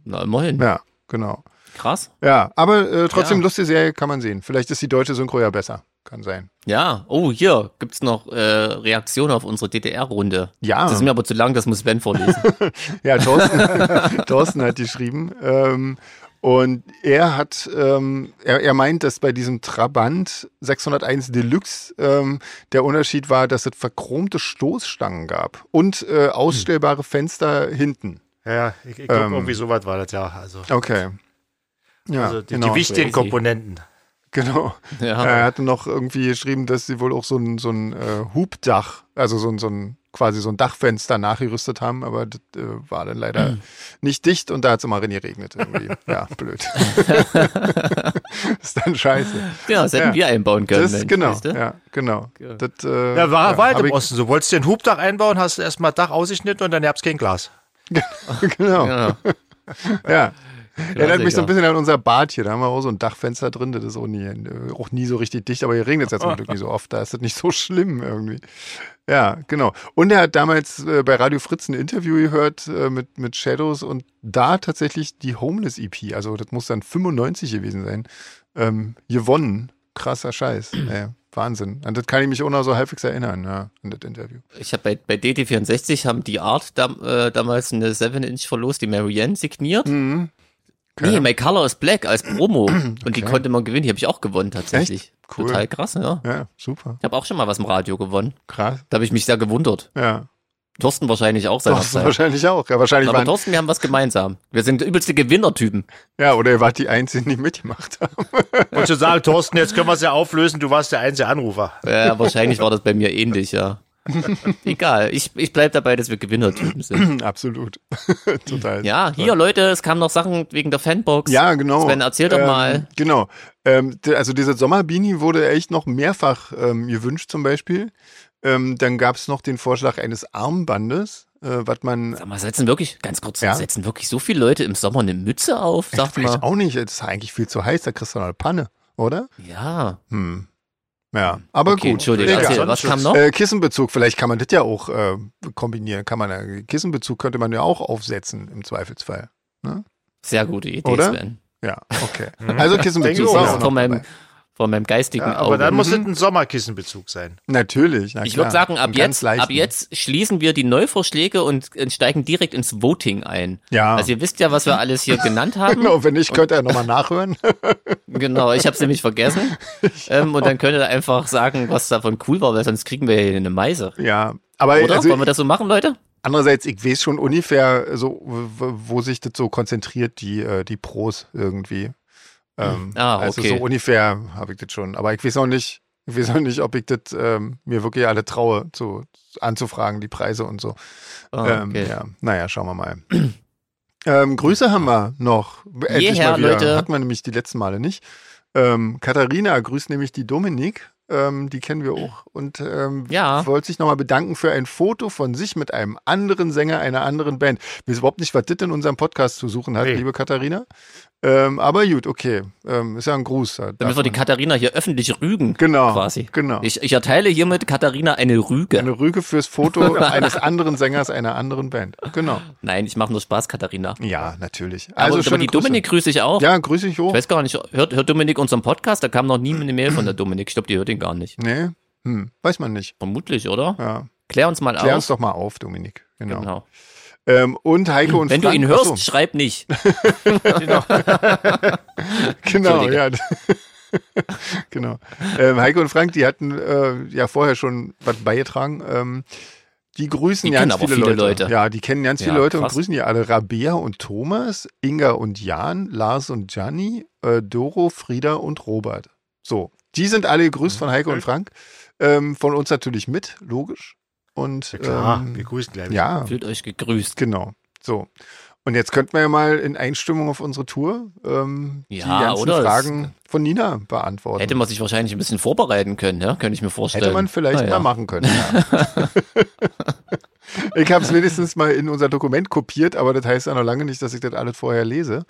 Na, immerhin.
ja, genau.
Krass.
Ja, aber äh, trotzdem
Ja.
lustige Serie kann man sehen. Vielleicht ist die deutsche Synchro ja besser. Kann sein.
Ja. Oh, hier gibt's noch äh, Reaktionen auf unsere DDR-Runde.
Ja,
Das ist mir aber zu lang, das muss Sven vorlesen.
ja Thorsten, Thorsten hat die geschrieben. Ähm, und er hat, ähm, er, er meint, dass bei diesem Trabant 601 Deluxe ähm, der Unterschied war, dass es verchromte Stoßstangen gab und
Hm.
äh, ausstellbare Fenster hinten.
ja, ja, ich, ich
Ähm,
glaub, irgendwie sowas war das ja. Also,
Okay. Ja,
also die,
genau.
die wichtigen
Crazy.
Komponenten.
Genau.
ja.
Er hatte noch irgendwie geschrieben, dass sie wohl auch so ein, so ein äh, Hubdach, also so ein, so ein quasi so ein Dachfenster nachgerüstet haben, aber das äh, war dann leider nicht dicht und da hat es immer geregnet irgendwie. Ja, blöd. ist dann scheiße.
ja, das hätten
Ja.
wir einbauen können.
Das,
Mensch,
genau,
weißt du?
ja, genau. Das, äh,
Ja, war, war halt
hab
im
ich-
Osten so. Wolltest du den Hubdach einbauen, hast du erstmal Dach ausgeschnitten und dann gab's kein Glas.
Genau, ja.
Ja,
Erinnert mich so ein
Klassiker.
bisschen an unser Bad hier. Da haben wir auch so ein Dachfenster drin. Das ist auch nie, äh, auch nie so richtig dicht, aber hier regnet es ja zum Glück nicht so oft. Da ist das nicht so schlimm irgendwie. Ja, genau. Und er hat damals äh, bei Radio Fritz ein Interview gehört äh, mit, mit Shadows und da tatsächlich die Homeless EP, also das muss dann 95 gewesen sein, ähm, gewonnen. Krasser Scheiß. Äh, Wahnsinn. An das kann ich mich auch noch so halbwegs erinnern, ja, an das Interview.
Ich habe bei, bei
Hm, Mhm.
DT64 haben die Art dam, äh, damals eine 7-Inch verlost, die Marianne signiert. Nee, My Color is Black als Promo. Und die konnte man gewinnen. Die habe ich auch gewonnen tatsächlich.
Cool.
Total krass, ja.
Ja, super.
Ich habe auch schon mal was im Radio gewonnen.
Krass.
Da habe ich mich sehr gewundert.
Ja.
Thorsten wahrscheinlich auch
Das
seinerzeit.
wahrscheinlich auch. Ja, wahrscheinlich
Aber
waren,
Thorsten, wir haben was gemeinsam. Wir sind übelste Gewinnertypen.
ja, oder ihr wart die Einzigen, die mitgemacht haben.
Und zu sagen, Thorsten, jetzt können wir es ja auflösen, du warst der einzige Anrufer.
Ja, wahrscheinlich war das bei mir ähnlich, ja. Egal, ich, ich bleib dabei, dass wir Gewinnertypen sind.
Absolut. Total.
Ja, hier, Leute, es kamen noch Sachen wegen der Fanbox.
Ja, genau.
Sven, erzähl doch
ähm,
mal.
Genau. Ähm, d- also dieser Sommerbini wurde echt noch mehrfach ähm, gewünscht zum Beispiel. Ähm, dann gab es noch den Vorschlag eines Armbandes, äh, was man
Sag mal, setzen wirklich, ganz kurz,
Ja.
setzen wirklich so viele Leute im Sommer eine Mütze auf? Sag
ich weiß
mal.
auch nicht, es ist eigentlich viel zu heiß, da kriegst du noch eine Panne, oder?
Ja.
Hm. Ja, aber
Okay,
gut.
Entschuldige,
Egal.
erzähl, was kam noch?
Äh, Kissenbezug, vielleicht kann man das ja auch äh, kombinieren. Kann man, ja- Kissenbezug könnte man ja auch aufsetzen im Zweifelsfall.
Sehr gute Idee,
Oder?
Sven.
Ja, okay. Also
Mhm. Denke ich
Kissenbezug.
Du
auch,
war
ja.
sagst
auch
vor
noch
meinem,
dabei.
vor meinem geistigen
Ja, oh. Mhm. aber
Auge.
dann muss es ein Sommerkissenbezug sein.
Natürlich. Na
ich würde
klar.
sagen, ab
Einen ganz
jetzt,
leichten.
ab jetzt schließen wir die Neuvorschläge und äh, steigen direkt ins Voting ein.
Ja.
Also ihr wisst ja, was wir alles hier genannt haben.
Genau, wenn nicht, könnt ihr ja nochmal nachhören.
Genau, ich habe es nämlich vergessen. ähm, und dann könnt ihr einfach sagen, was davon cool war, weil sonst kriegen wir hier eine Meise.
ja, aber
Oder?
also,
Wollen wir das so machen, Leute?
andererseits, ich weiß schon ungefähr so, w- w- wo sich das so konzentriert, die, äh, die Pros irgendwie. Ähm,
Ah,
Also
okay.
so ungefähr habe ich das schon. Aber ich weiß auch nicht, ich weiß auch nicht, ob ich das ähm, mir wirklich alle traue, zu, anzufragen, die Preise und so.
Ah,
ähm,
okay.
ja. Naja, schauen wir mal. ähm, Grüße haben wir noch. Endlich
Jeher,
mal wieder.
Leute.
Hatten wir nämlich die letzten Male nicht. Ähm, Katharina grüßt nämlich die Dominik. Ähm, die kennen wir auch. Und ähm,
Ja.
wollte sich nochmal bedanken für ein Foto von sich mit einem anderen Sänger einer anderen Band. Ich weiß überhaupt nicht, was das in unserem Podcast zu suchen hat,
Nee.
liebe Katharina. Ähm, aber gut, okay. Ähm, ist ja ein Gruß. Da darf
Damit wir die
man-
Katharina hier öffentlich rügen.
Genau.
Quasi.
Genau.
Ich, ich erteile hiermit Katharina eine Rüge.
eine Rüge fürs Foto eines anderen Sängers einer anderen Band. Genau.
Nein, ich mache nur Spaß, Katharina.
Ja, natürlich.
Also aber
schöne
die
Grüße.
Dominik grüße ich auch.
Ja, grüße ich hoch.
Ich weiß gar nicht, hört, hört Dominik unseren Podcast? Da kam noch nie eine Mail von der Dominik. Ich glaube, die hört ihn gar nicht.
Nee, hm, weiß man nicht.
Vermutlich, oder?
Ja.
Klär uns mal
Klär uns
auf.
doch mal auf, Dominik. Genau.
Genau.
Ähm, und Heike und
Wenn du
Frank.
ihn hörst,
Ach so,
schreib nicht.
genau, ja.
Entschuldige.
genau. Ähm, Heike und Frank, die hatten äh, ja vorher schon was beigetragen. Ähm, die grüßen
Die
ganz
kennen aber
viele,
viele
Leute.
Leute.
Ja, die kennen ganz viele
Ja,
Leute
krass.
und grüßen die alle. Rabea und Thomas, Inga und Jan, Lars und Gianni, äh, Doro, Frieda und Robert. So, die sind alle
Mhm.
gegrüßt von Heike und Frank. Ähm, von uns natürlich mit, logisch. Und
Ja, klar,
ähm,
wir grüßen gleich.
ja,
Fühlt euch gegrüßt.
Genau. So. Und jetzt könnten wir ja mal in Einstimmung auf unsere Tour ähm, die
Ja,
ganzen
oder?
Fragen von Nina beantworten.
Hätte man sich wahrscheinlich ein bisschen vorbereiten können, ja? könnte ich mir vorstellen.
Also Hätte man vielleicht mal
Naja.
machen können. Ja. ich habe es wenigstens mal in unser Dokument kopiert, aber das heißt ja noch lange nicht, dass ich das alles vorher lese.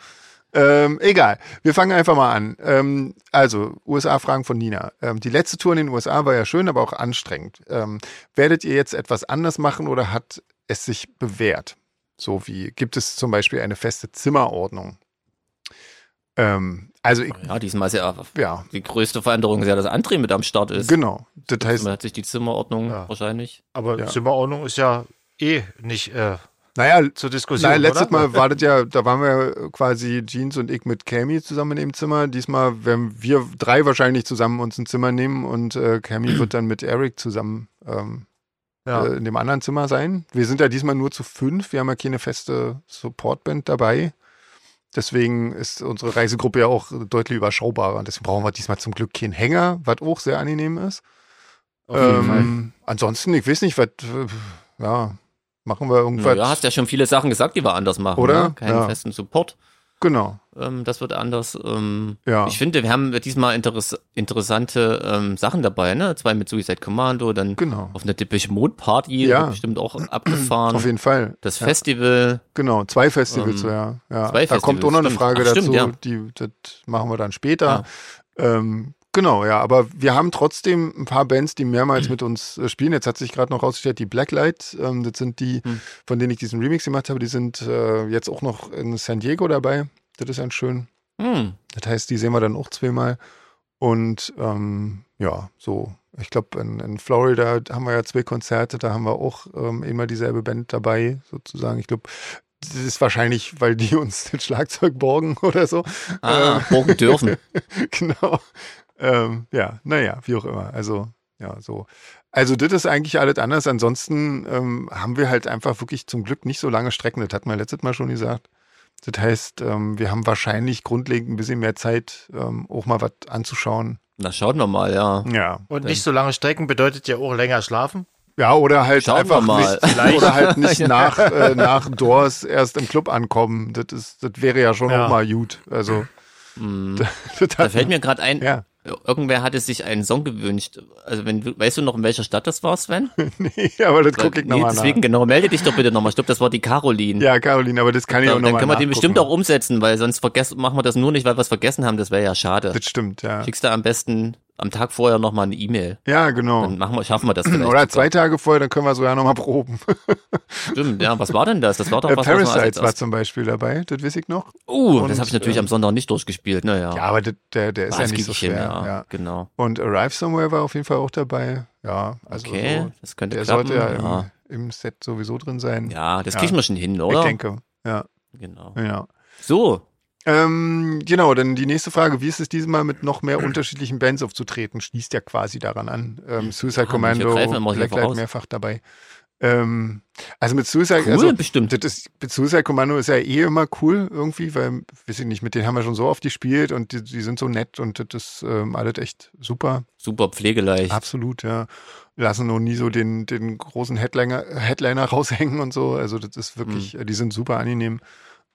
Ähm, egal, wir fangen einfach mal an. Ähm, also, USA-Fragen von Nina. Ähm, die letzte Tour in den USA war ja schön, aber auch anstrengend. Ähm, werdet ihr jetzt etwas anders machen oder hat es sich bewährt? So wie gibt es zum Beispiel eine feste Zimmerordnung? Ähm, also, ich,
Ja, diesmal ist ja
ja,
die größte Veränderung ist ja, dass André mit am Start ist.
genau. Das heißt,
Man hat sich die Zimmerordnung
Ja.
wahrscheinlich.
Aber
Ja.
Zimmerordnung ist ja eh nicht äh,
naja,
zur Diskussion.
Nein, letztes
oder?
Mal war das ja, da waren wir quasi Jeans und ich mit Cammy zusammen in dem Zimmer. Diesmal werden wir drei wahrscheinlich zusammen uns ein Zimmer nehmen und äh, Cammy wird dann mit Eric zusammen ähm,
Ja.
äh, in dem anderen Zimmer sein. Wir sind ja diesmal nur zu fünf, wir haben ja keine feste Supportband dabei. Deswegen ist unsere Reisegruppe ja auch deutlich überschaubarer. Deswegen brauchen wir diesmal zum Glück keinen Hänger, was auch sehr angenehm ist.
Auf jeden Fall.
Ähm, ansonsten, ich weiß nicht, was, äh, ja, machen wir irgendwas.
Ja, hast ja schon viele Sachen gesagt, die wir anders machen.
Oder?
Ne? Keinen
Ja.
festen Support.
Genau,
Ähm, das wird anders. Ähm,
ja.
Ich finde, wir haben diesmal interess interessante ähm, Sachen dabei. Ne? Zwei mit Suicide Commando, dann
Genau.
auf eine Dippisch Mode Party.
Ja.
wird Bestimmt auch abgefahren.
Auf jeden Fall.
das Festival.
Genau, zwei Festivals,
Ähm,
ja. ja.
zwei
da kommt
Festivals,
auch noch eine
stimmt.
Frage
Ach,
dazu,
stimmt, ja.
die das machen wir dann später. Ähm, genau, ja, aber wir haben trotzdem ein paar Bands, die mehrmals mit uns äh, spielen. Jetzt hat sich gerade noch rausgestellt, die Blacklight, ähm, das sind die,
Hm.
von denen ich diesen Remix gemacht habe, die sind äh, jetzt auch noch in San Diego dabei. Das ist ganz schön.
Hm.
Das heißt, die sehen wir dann auch zweimal. Und ähm, ja, so, ich glaube, in, in Florida haben wir ja zwei Konzerte, da haben wir auch ähm, immer dieselbe Band dabei, sozusagen. Ich glaube, Das ist wahrscheinlich, weil die uns das Schlagzeug borgen oder so. Äh.
Ah, borgen dürfen.
genau. Ähm, ja, naja, wie auch immer. Also, ja, so. Also, das ist eigentlich alles anders. Ansonsten ähm, haben wir halt einfach wirklich zum Glück nicht so lange Strecken. Das hatten wir letztes Mal schon gesagt. Das heißt, ähm, wir haben wahrscheinlich grundlegend ein bisschen mehr Zeit, ähm, auch mal was anzuschauen.
Na, schauen wir mal, ja.
Ja.
Und nicht so lange strecken bedeutet ja auch länger schlafen.
Ja, oder halt
Schauen wir
einfach
mal.
nicht, oder halt nicht nach, äh, nach Doors erst im Club ankommen. Das, ist, das wäre ja schon
Ja.
auch mal gut. Also, das, das
Hm. Da
hat-
fällt mir gerade ein,
Ja.
irgendwer hatte sich einen Song gewünscht. Also wenn du- weißt du noch, in welcher Stadt das war, Sven?
nee, aber das gucke ich
Nee,
nochmal
deswegen genau, melde dich doch bitte nochmal. Ich glaube, das war die Caroline.
nach. Ja, Caroline, aber das kann ich
Ja,
auch
und dann
nochmal
können wir den bestimmt auch umsetzen, weil sonst vergessen, machen wir das nur nicht, weil wir es vergessen haben. Das wäre ja schade.
Das stimmt, ja.
Schickst du am besten am Tag vorher nochmal eine E-Mail.
Ja, genau.
Dann machen wir, schaffen wir das vielleicht.
Oder zwei Tage vorher, dann können wir sogar nochmal proben.
Stimmt, ja, was war denn das? Das war doch
Äh,
was, was man als
Parasites war
erstes-
zum Beispiel dabei, das weiß ich noch.
Uh,
und,
das habe ich natürlich
ähm,
am Sonntag nicht durchgespielt, naja.
Ja, aber das, der, der ist
das
ja nicht so
krieg ich hin,
schwer.
ja,
ja.
genau.
Und Arrive Somewhere war auf jeden Fall auch dabei. Ja, also
Okay,
so,
das könnte
der
klappen.
sollte ja,
ja.
Im, im Set sowieso drin sein.
ja, das
Ja.
kriegen wir schon hin,
ich
oder?
denke. Ja,
Genau.
genau.
So,
Ähm, genau, dann die nächste Frage, wie ist es diesmal mit noch mehr
Hm.
unterschiedlichen Bands aufzutreten? Schließt ja quasi daran an. Ähm, Suicide
Ja,
Commando,
manche greifen immer hier
Blacklight
voraus.
mehrfach dabei. Ähm, also mit Suicide,
cool,
also
bestimmt.
Das ist, mit Suicide Commando ist ja eh immer cool irgendwie, weil, weiß ich nicht, mit denen haben wir schon so oft gespielt und die, die sind so nett und das ist ähm, alles echt super.
Super pflegeleicht.
Absolut, ja. Lassen noch nie so den, den großen Headliner, Headliner raushängen und so. Also das ist wirklich,
Hm.
äh, die sind super angenehm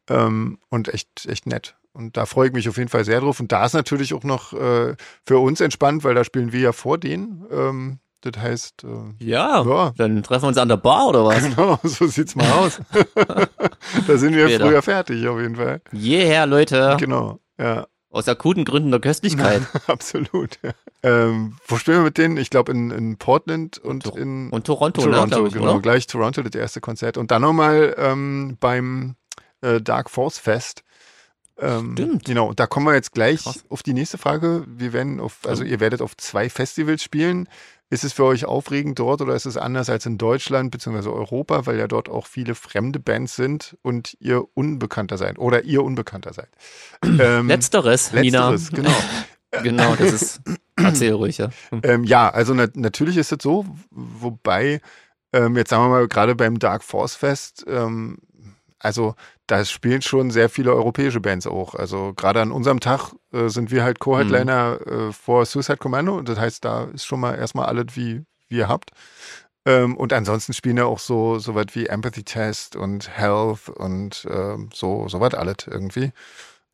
ähm, und echt, echt nett. Und da freue ich mich auf jeden Fall sehr drauf. Und da ist natürlich auch noch äh, für uns entspannt, weil da spielen wir ja vor denen. Ähm, das heißt, äh,
Ja,
Ja.
dann treffen wir uns an der Bar oder was?
genau, so sieht's mal aus. da sind wir
Später.
früher fertig auf jeden Fall.
Yeah, Leute.
Genau, ja,
Aus akuten Gründen der Köstlichkeit.
absolut. Ja. Ähm, wo spielen wir mit denen? Ich glaube in, in Portland und
Tor-
in
Und Toronto, ne,
Toronto,
glaub ich,
genau,
oder?
gleich Toronto, das erste Konzert. Und dann nochmal ähm, beim äh, Dark Force Fest. Ähm,
Stimmt.
Genau, da kommen wir jetzt gleich
Krass.
auf die nächste Frage. Wir werden auf, also ihr werdet auf zwei Festivals spielen. Ist es für euch aufregend dort oder ist es anders als in Deutschland bzw. Europa, weil ja dort auch viele fremde Bands sind und ihr unbekannter seid oder ihr unbekannter seid? Ähm,
Letzteres,
letzteres,
Nina.
genau.
Genau, das ist. Erzähl ruhig, ja.
Ähm, ja, also na natürlich ist es so, wobei, ähm, jetzt sagen wir mal, gerade beim Dark Force Fest, ähm, also da spielen schon sehr viele europäische Bands auch. Also gerade an unserem Tag äh, sind wir halt Co-Headliner äh, vor Suicide Commando. Das heißt, da ist schon mal erstmal alles, wie, wie ihr habt. Ähm, und ansonsten spielen ja auch so, so was wie Empathy Test und Health und ähm, so, so was alles irgendwie.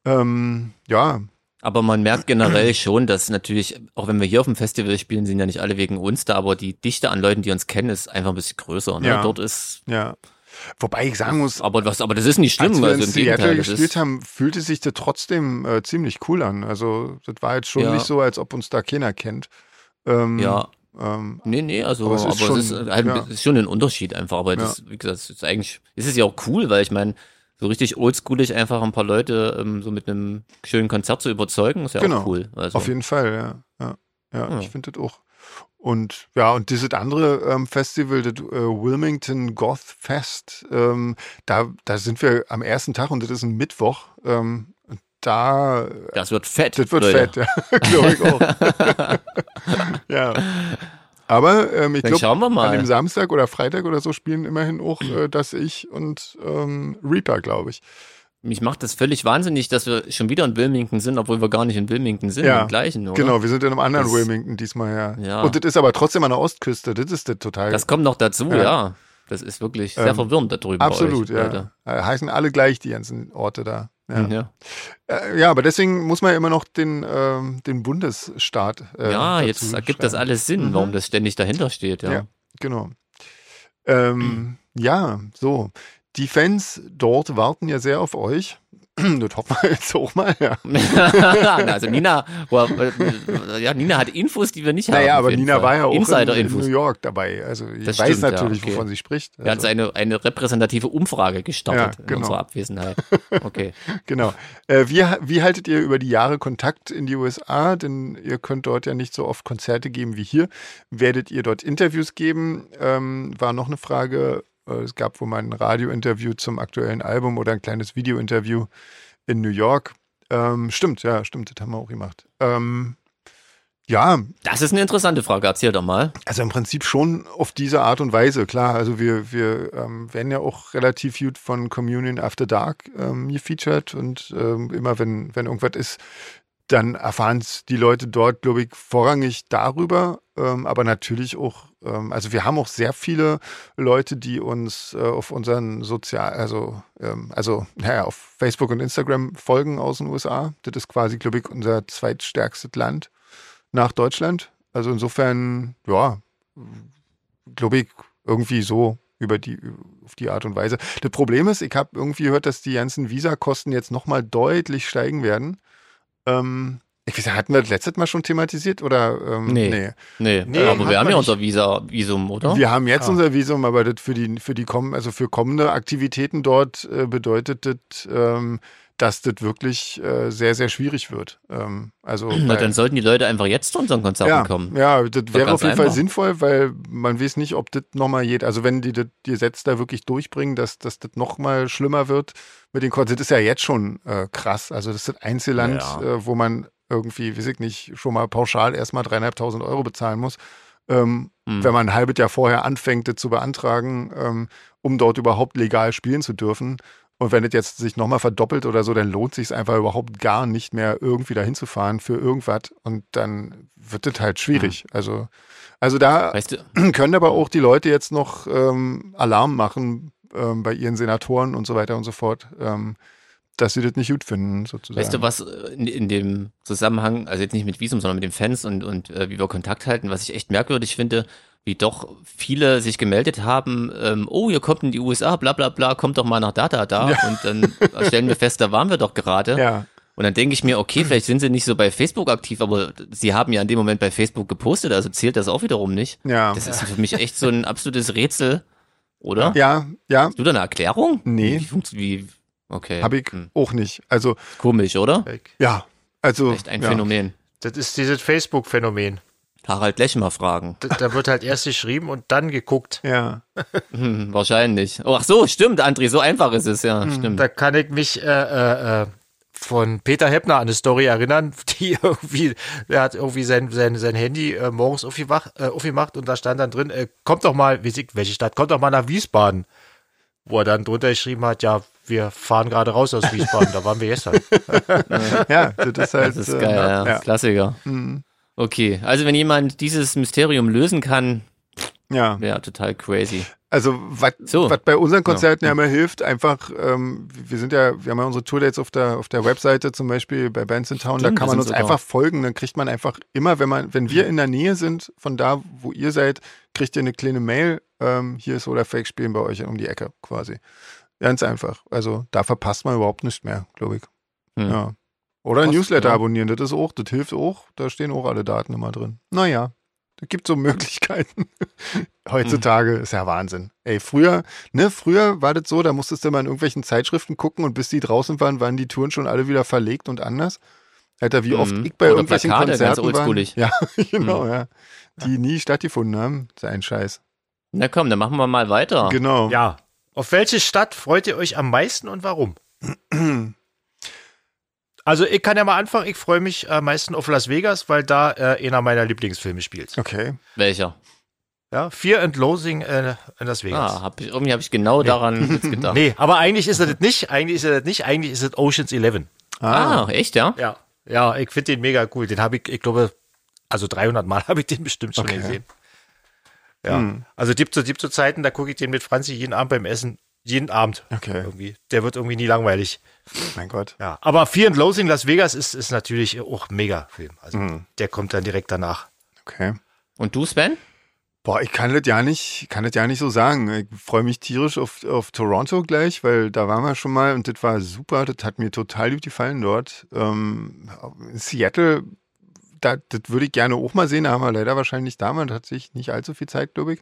Ähm, ja,
Aber man merkt generell schon, dass natürlich, auch wenn wir hier auf dem Festival spielen, sind ja nicht alle wegen uns da, aber die Dichte an Leuten, die uns kennen, ist einfach ein bisschen größer. Ne?
Ja.
Dort ist.
ja. Wobei ich sagen muss,
Aber, was, aber das ist nicht schlimm,
Als wir
also
in
im
Seattle
Gegenteil. Das
gespielt
ist,
haben, fühlte sich das trotzdem äh, ziemlich cool an. Also das war jetzt schon
Ja.
nicht so, als ob uns da keiner kennt. Ähm,
ja,
Ähm,
Nee, nee, also
Aber
aber
es
es
ist
ist,
schon-
halt,
ja.
es ist schon ein Unterschied einfach, aber das, wie gesagt, es ist eigentlich, es ist ja auch cool, weil ich meine, so richtig oldschoolig einfach ein paar Leute ähm, so mit einem schönen Konzert zu überzeugen, ist ja
Genau.
auch cool. Also,
Auf jeden Fall, ja. Ja, ja
Ja.
ich finde das auch. Und ja, und dieses andere ähm, Festival, das äh, Wilmington Goth Fest, ähm, da, da sind wir am ersten Tag und das ist ein Mittwoch. Ähm, und da,
das wird fett.
das wird
Leute.
fett, ja, glaube ich auch. ja. Aber ähm, ich
Dann
glaube,
schauen wir
An dem
mal.
Samstag oder Freitag oder so spielen immerhin auch äh, das Ich und ähm, Reaper, glaube ich.
Mich macht das völlig wahnsinnig, dass wir schon wieder in Wilmington sind, obwohl wir gar nicht in Wilmington sind,
Ja,
im gleichen, oder?
Genau, wir sind in einem anderen
Das-
Wilmington diesmal, ja.
Ja.
Und das ist aber trotzdem an der Ostküste, das ist das total.
Das kommt noch dazu,
Ja.
ja. Das ist wirklich sehr
Ähm,
verwirrend da drüben.
absolut,
bei euch,
ja.
Leute.
Äh, Heißen alle gleich die ganzen Orte da. Ja,
Mhm, Ja.
äh, ja aber deswegen muss man ja immer noch den, ähm, den Bundesstaat. Äh,
Ja,
dazu
jetzt ergibt das
schreiben.
alles Sinn,
Mhm.
warum das ständig dahinter steht, ja.
Ja. Genau.
Mhm.
Ähm, ja, so. Die Fans dort warten ja sehr auf euch. Das hoffen wir jetzt auch mal, ja.
Na, also Nina, boah, äh, ja, Nina hat Infos, die wir nicht haben.
Naja,
auf
aber
jeden
Nina
Fall.
war ja auch in, in
Insider-Infos.
New York dabei. Also ich
Das
weiß
stimmt, ja,
natürlich,
okay.
wovon sie spricht.
Wir haben
Also,
eine, eine repräsentative Umfrage gestartet
Ja,
in
genau.
unserer Abwesenheit. Okay.
genau. Äh, wie, wie haltet ihr über die Jahre Kontakt in die USA? Denn ihr könnt dort ja nicht so oft Konzerte geben wie hier. Werdet ihr dort Interviews geben? Ähm, war noch eine Frage. Äh, es gab wohl mal ein Radiointerview zum aktuellen Album oder ein kleines Videointerview in New York. Ähm, stimmt, ja, stimmt, das haben wir auch gemacht. Ähm, ja,
Das ist eine interessante Frage, erzähl doch mal.
also im Prinzip schon auf diese Art und Weise, klar. Also wir, wir ähm, werden ja auch relativ gut von Communion After Dark ähm, gefeatured und ähm, immer wenn, wenn irgendwas ist, dann erfahren es die Leute dort, glaube ich, vorrangig darüber. Ähm, aber natürlich auch, ähm, also wir haben auch sehr viele Leute, die uns äh, auf unseren Sozial, also, ähm, also, naja, auf Facebook und Instagram folgen aus den USA. Das ist quasi, glaube ich, unser zweitstärkstes Land nach Deutschland. Also insofern, ja, glaube ich, irgendwie so über die, auf die Art und Weise. Das Problem ist, ich habe irgendwie gehört, dass die ganzen Visakosten jetzt nochmal deutlich steigen werden. Ähm, ich weiß nicht, hatten wir das letztes Mal schon thematisiert oder? Ähm,
Nee.
nee.
Nee,
Nee,
aber
hat
wir haben
man
ja
nicht.
unser Visa, Visum, oder?
Wir haben jetzt
Ah.
unser Visum, aber das für die, für die kommen, also für kommende Aktivitäten dort äh, bedeutet das, ähm, dass das wirklich äh, sehr, sehr schwierig wird. Ähm, also
Na,
weil-
dann sollten die Leute einfach jetzt zu unseren Konzerten
ja,
kommen.
Ja, das wäre
ganz
auf jeden Fall
einfach.
sinnvoll, weil man weiß nicht, ob das nochmal geht. Also wenn die das Gesetz da wirklich durchbringen, dass, dass das nochmal schlimmer wird mit den Konzerten, das ist ja jetzt schon äh, krass. Also das ist das Einzelland,
Ja.
äh, wo man irgendwie, weiß ich nicht, schon mal pauschal erstmal dreieinhalbtausend Euro bezahlen muss. Ähm,
Hm.
Wenn man ein halbes Jahr vorher anfängt, das zu beantragen, ähm, um dort überhaupt legal spielen zu dürfen. Und wenn das jetzt sich nochmal verdoppelt oder so, dann lohnt sich einfach überhaupt gar nicht mehr, irgendwie dahin zu fahren für irgendwas. Und dann wird das halt schwierig.
Mhm.
Also, also da
Weißt du,
können aber auch die Leute jetzt noch ähm, Alarm machen ähm, bei ihren Senatoren und so weiter und so fort, ähm, dass sie das nicht gut finden, sozusagen.
Weißt du, was äh, in, in dem Zusammenhang, also jetzt nicht mit Visum, sondern mit den Fans und, und äh, wie wir Kontakt halten, was ich echt merkwürdig finde, wie doch viele sich gemeldet haben, ähm, oh, ihr kommt in die USA, bla bla bla, kommt doch mal nach da, da, da. Und dann stellen wir fest, da waren wir doch gerade.
Ja,
Und dann denke ich mir, okay, vielleicht sind sie nicht so bei Facebook aktiv, aber sie haben ja in dem Moment bei Facebook gepostet, also zählt das auch wiederum nicht.
ja.
Das ist für mich echt so ein absolutes Rätsel, oder?
ja, ja,
Hast du da eine Erklärung?
Nee.
Wie funktioniert, wie, okay.
habe ich
Hm.
auch nicht. Also,
Komisch, oder?
ja, also.
Echt ein
ja.
Phänomen.
Das ist dieses Facebook-Phänomen.
Harald Lech mal fragen.
Da, da wird halt erst geschrieben und dann geguckt.
Ja.
Hm, wahrscheinlich. Oh, ach so, stimmt, André, so einfach ist es,
Hm.
ja, stimmt.
Da kann ich mich äh, äh, äh, von Peter Heppner an eine Story erinnern, die irgendwie, der hat irgendwie sein, sein, sein Handy äh, morgens aufgewach, äh, aufgemacht und da stand dann drin, äh, kommt doch mal, weiß ich, welche Stadt, kommt doch mal nach Wiesbaden. Wo er dann drunter geschrieben hat, ja, wir fahren gerade raus aus Wiesbaden, da waren wir gestern.
Ja, das ist halt.
Das ist
äh,
geil, ja,
ja. Hm.
Klassiker. Okay, also wenn jemand dieses Mysterium lösen kann,
Ja,
wäre total crazy.
also was
So.
was bei unseren Konzerten ja, immer hilft, einfach, ähm, wir sind ja, wir haben ja unsere Tourdates auf der auf der Webseite zum Beispiel bei Bands in Town,
Stimmt,
da kann man
wir sind
uns
sogar- Mhm.
einfach folgen, dann kriegt man einfach immer, wenn man, wenn wir in der Nähe sind, von da, wo ihr seid, kriegt ihr eine kleine Mail, ähm, hier ist oder Fake spielen bei euch um die Ecke quasi. Ganz einfach. Also da verpasst man überhaupt nichts mehr, glaube ich.
Hm.
Ja. Oder
Krass,
Newsletter
ja.
abonnieren, das ist auch, das hilft auch, da stehen auch alle Daten immer drin. Naja, es gibt so Möglichkeiten.
Hm.
Heutzutage ist ja Wahnsinn. Ey, früher, ne, früher war das so, da musstest du mal in irgendwelchen Zeitschriften gucken und bis die draußen waren, waren die Touren schon alle wieder verlegt und anders. Alter, wie oft
Mhm.
ich bei
Oder
irgendwelchen
Plakate, ganz Mhm.
Konzerten war.
oldschoolig.
Ja, genau, ja. Die nie stattgefunden haben. Das ist ein Scheiß.
Na komm, dann machen wir mal weiter.
Genau.
ja. Auf welche Stadt freut ihr euch am meisten und warum? Also ich kann ja mal anfangen, ich freue mich am meisten auf Las Vegas, weil da äh, einer meiner Lieblingsfilme spielt.
Okay.
Welcher?
Ja, Fear and Loathing äh, in Las Vegas.
Ah, hab ich, irgendwie habe ich genau daran jetzt gedacht.
Nee, aber eigentlich
Mhm.
ist er das nicht. Eigentlich ist er das nicht. Eigentlich ist es Ocean's 11.
Ah, echt, ja?
Ja. Ja, ich finde den mega cool. Den habe ich, ich glaube, also 300 Mal habe ich den bestimmt schon
Okay. Hm.
gesehen. Ja. Also gibt so, gibt so Zeiten, da gucke ich den mit Franzi jeden Abend beim Essen. Jeden Abend.
Okay.
Irgendwie. Der wird irgendwie nie langweilig.
Mein Gott.
Ja. Aber Fear and Loathing Las Vegas ist, ist natürlich auch mega Film. Also
Hm.
der kommt dann direkt danach.
Okay.
Und du, Sven?
Boah, ich kann das ja nicht, kann das ja nicht so sagen. Ich freue mich tierisch auf, auf Toronto gleich, weil da waren wir schon mal und das war super. Das hat mir total gut gefallen dort. Ähm, in Seattle, da, das würde ich gerne auch mal sehen. Da haben wir leider wahrscheinlich damals tatsächlich nicht allzu viel Zeit, glaube ich.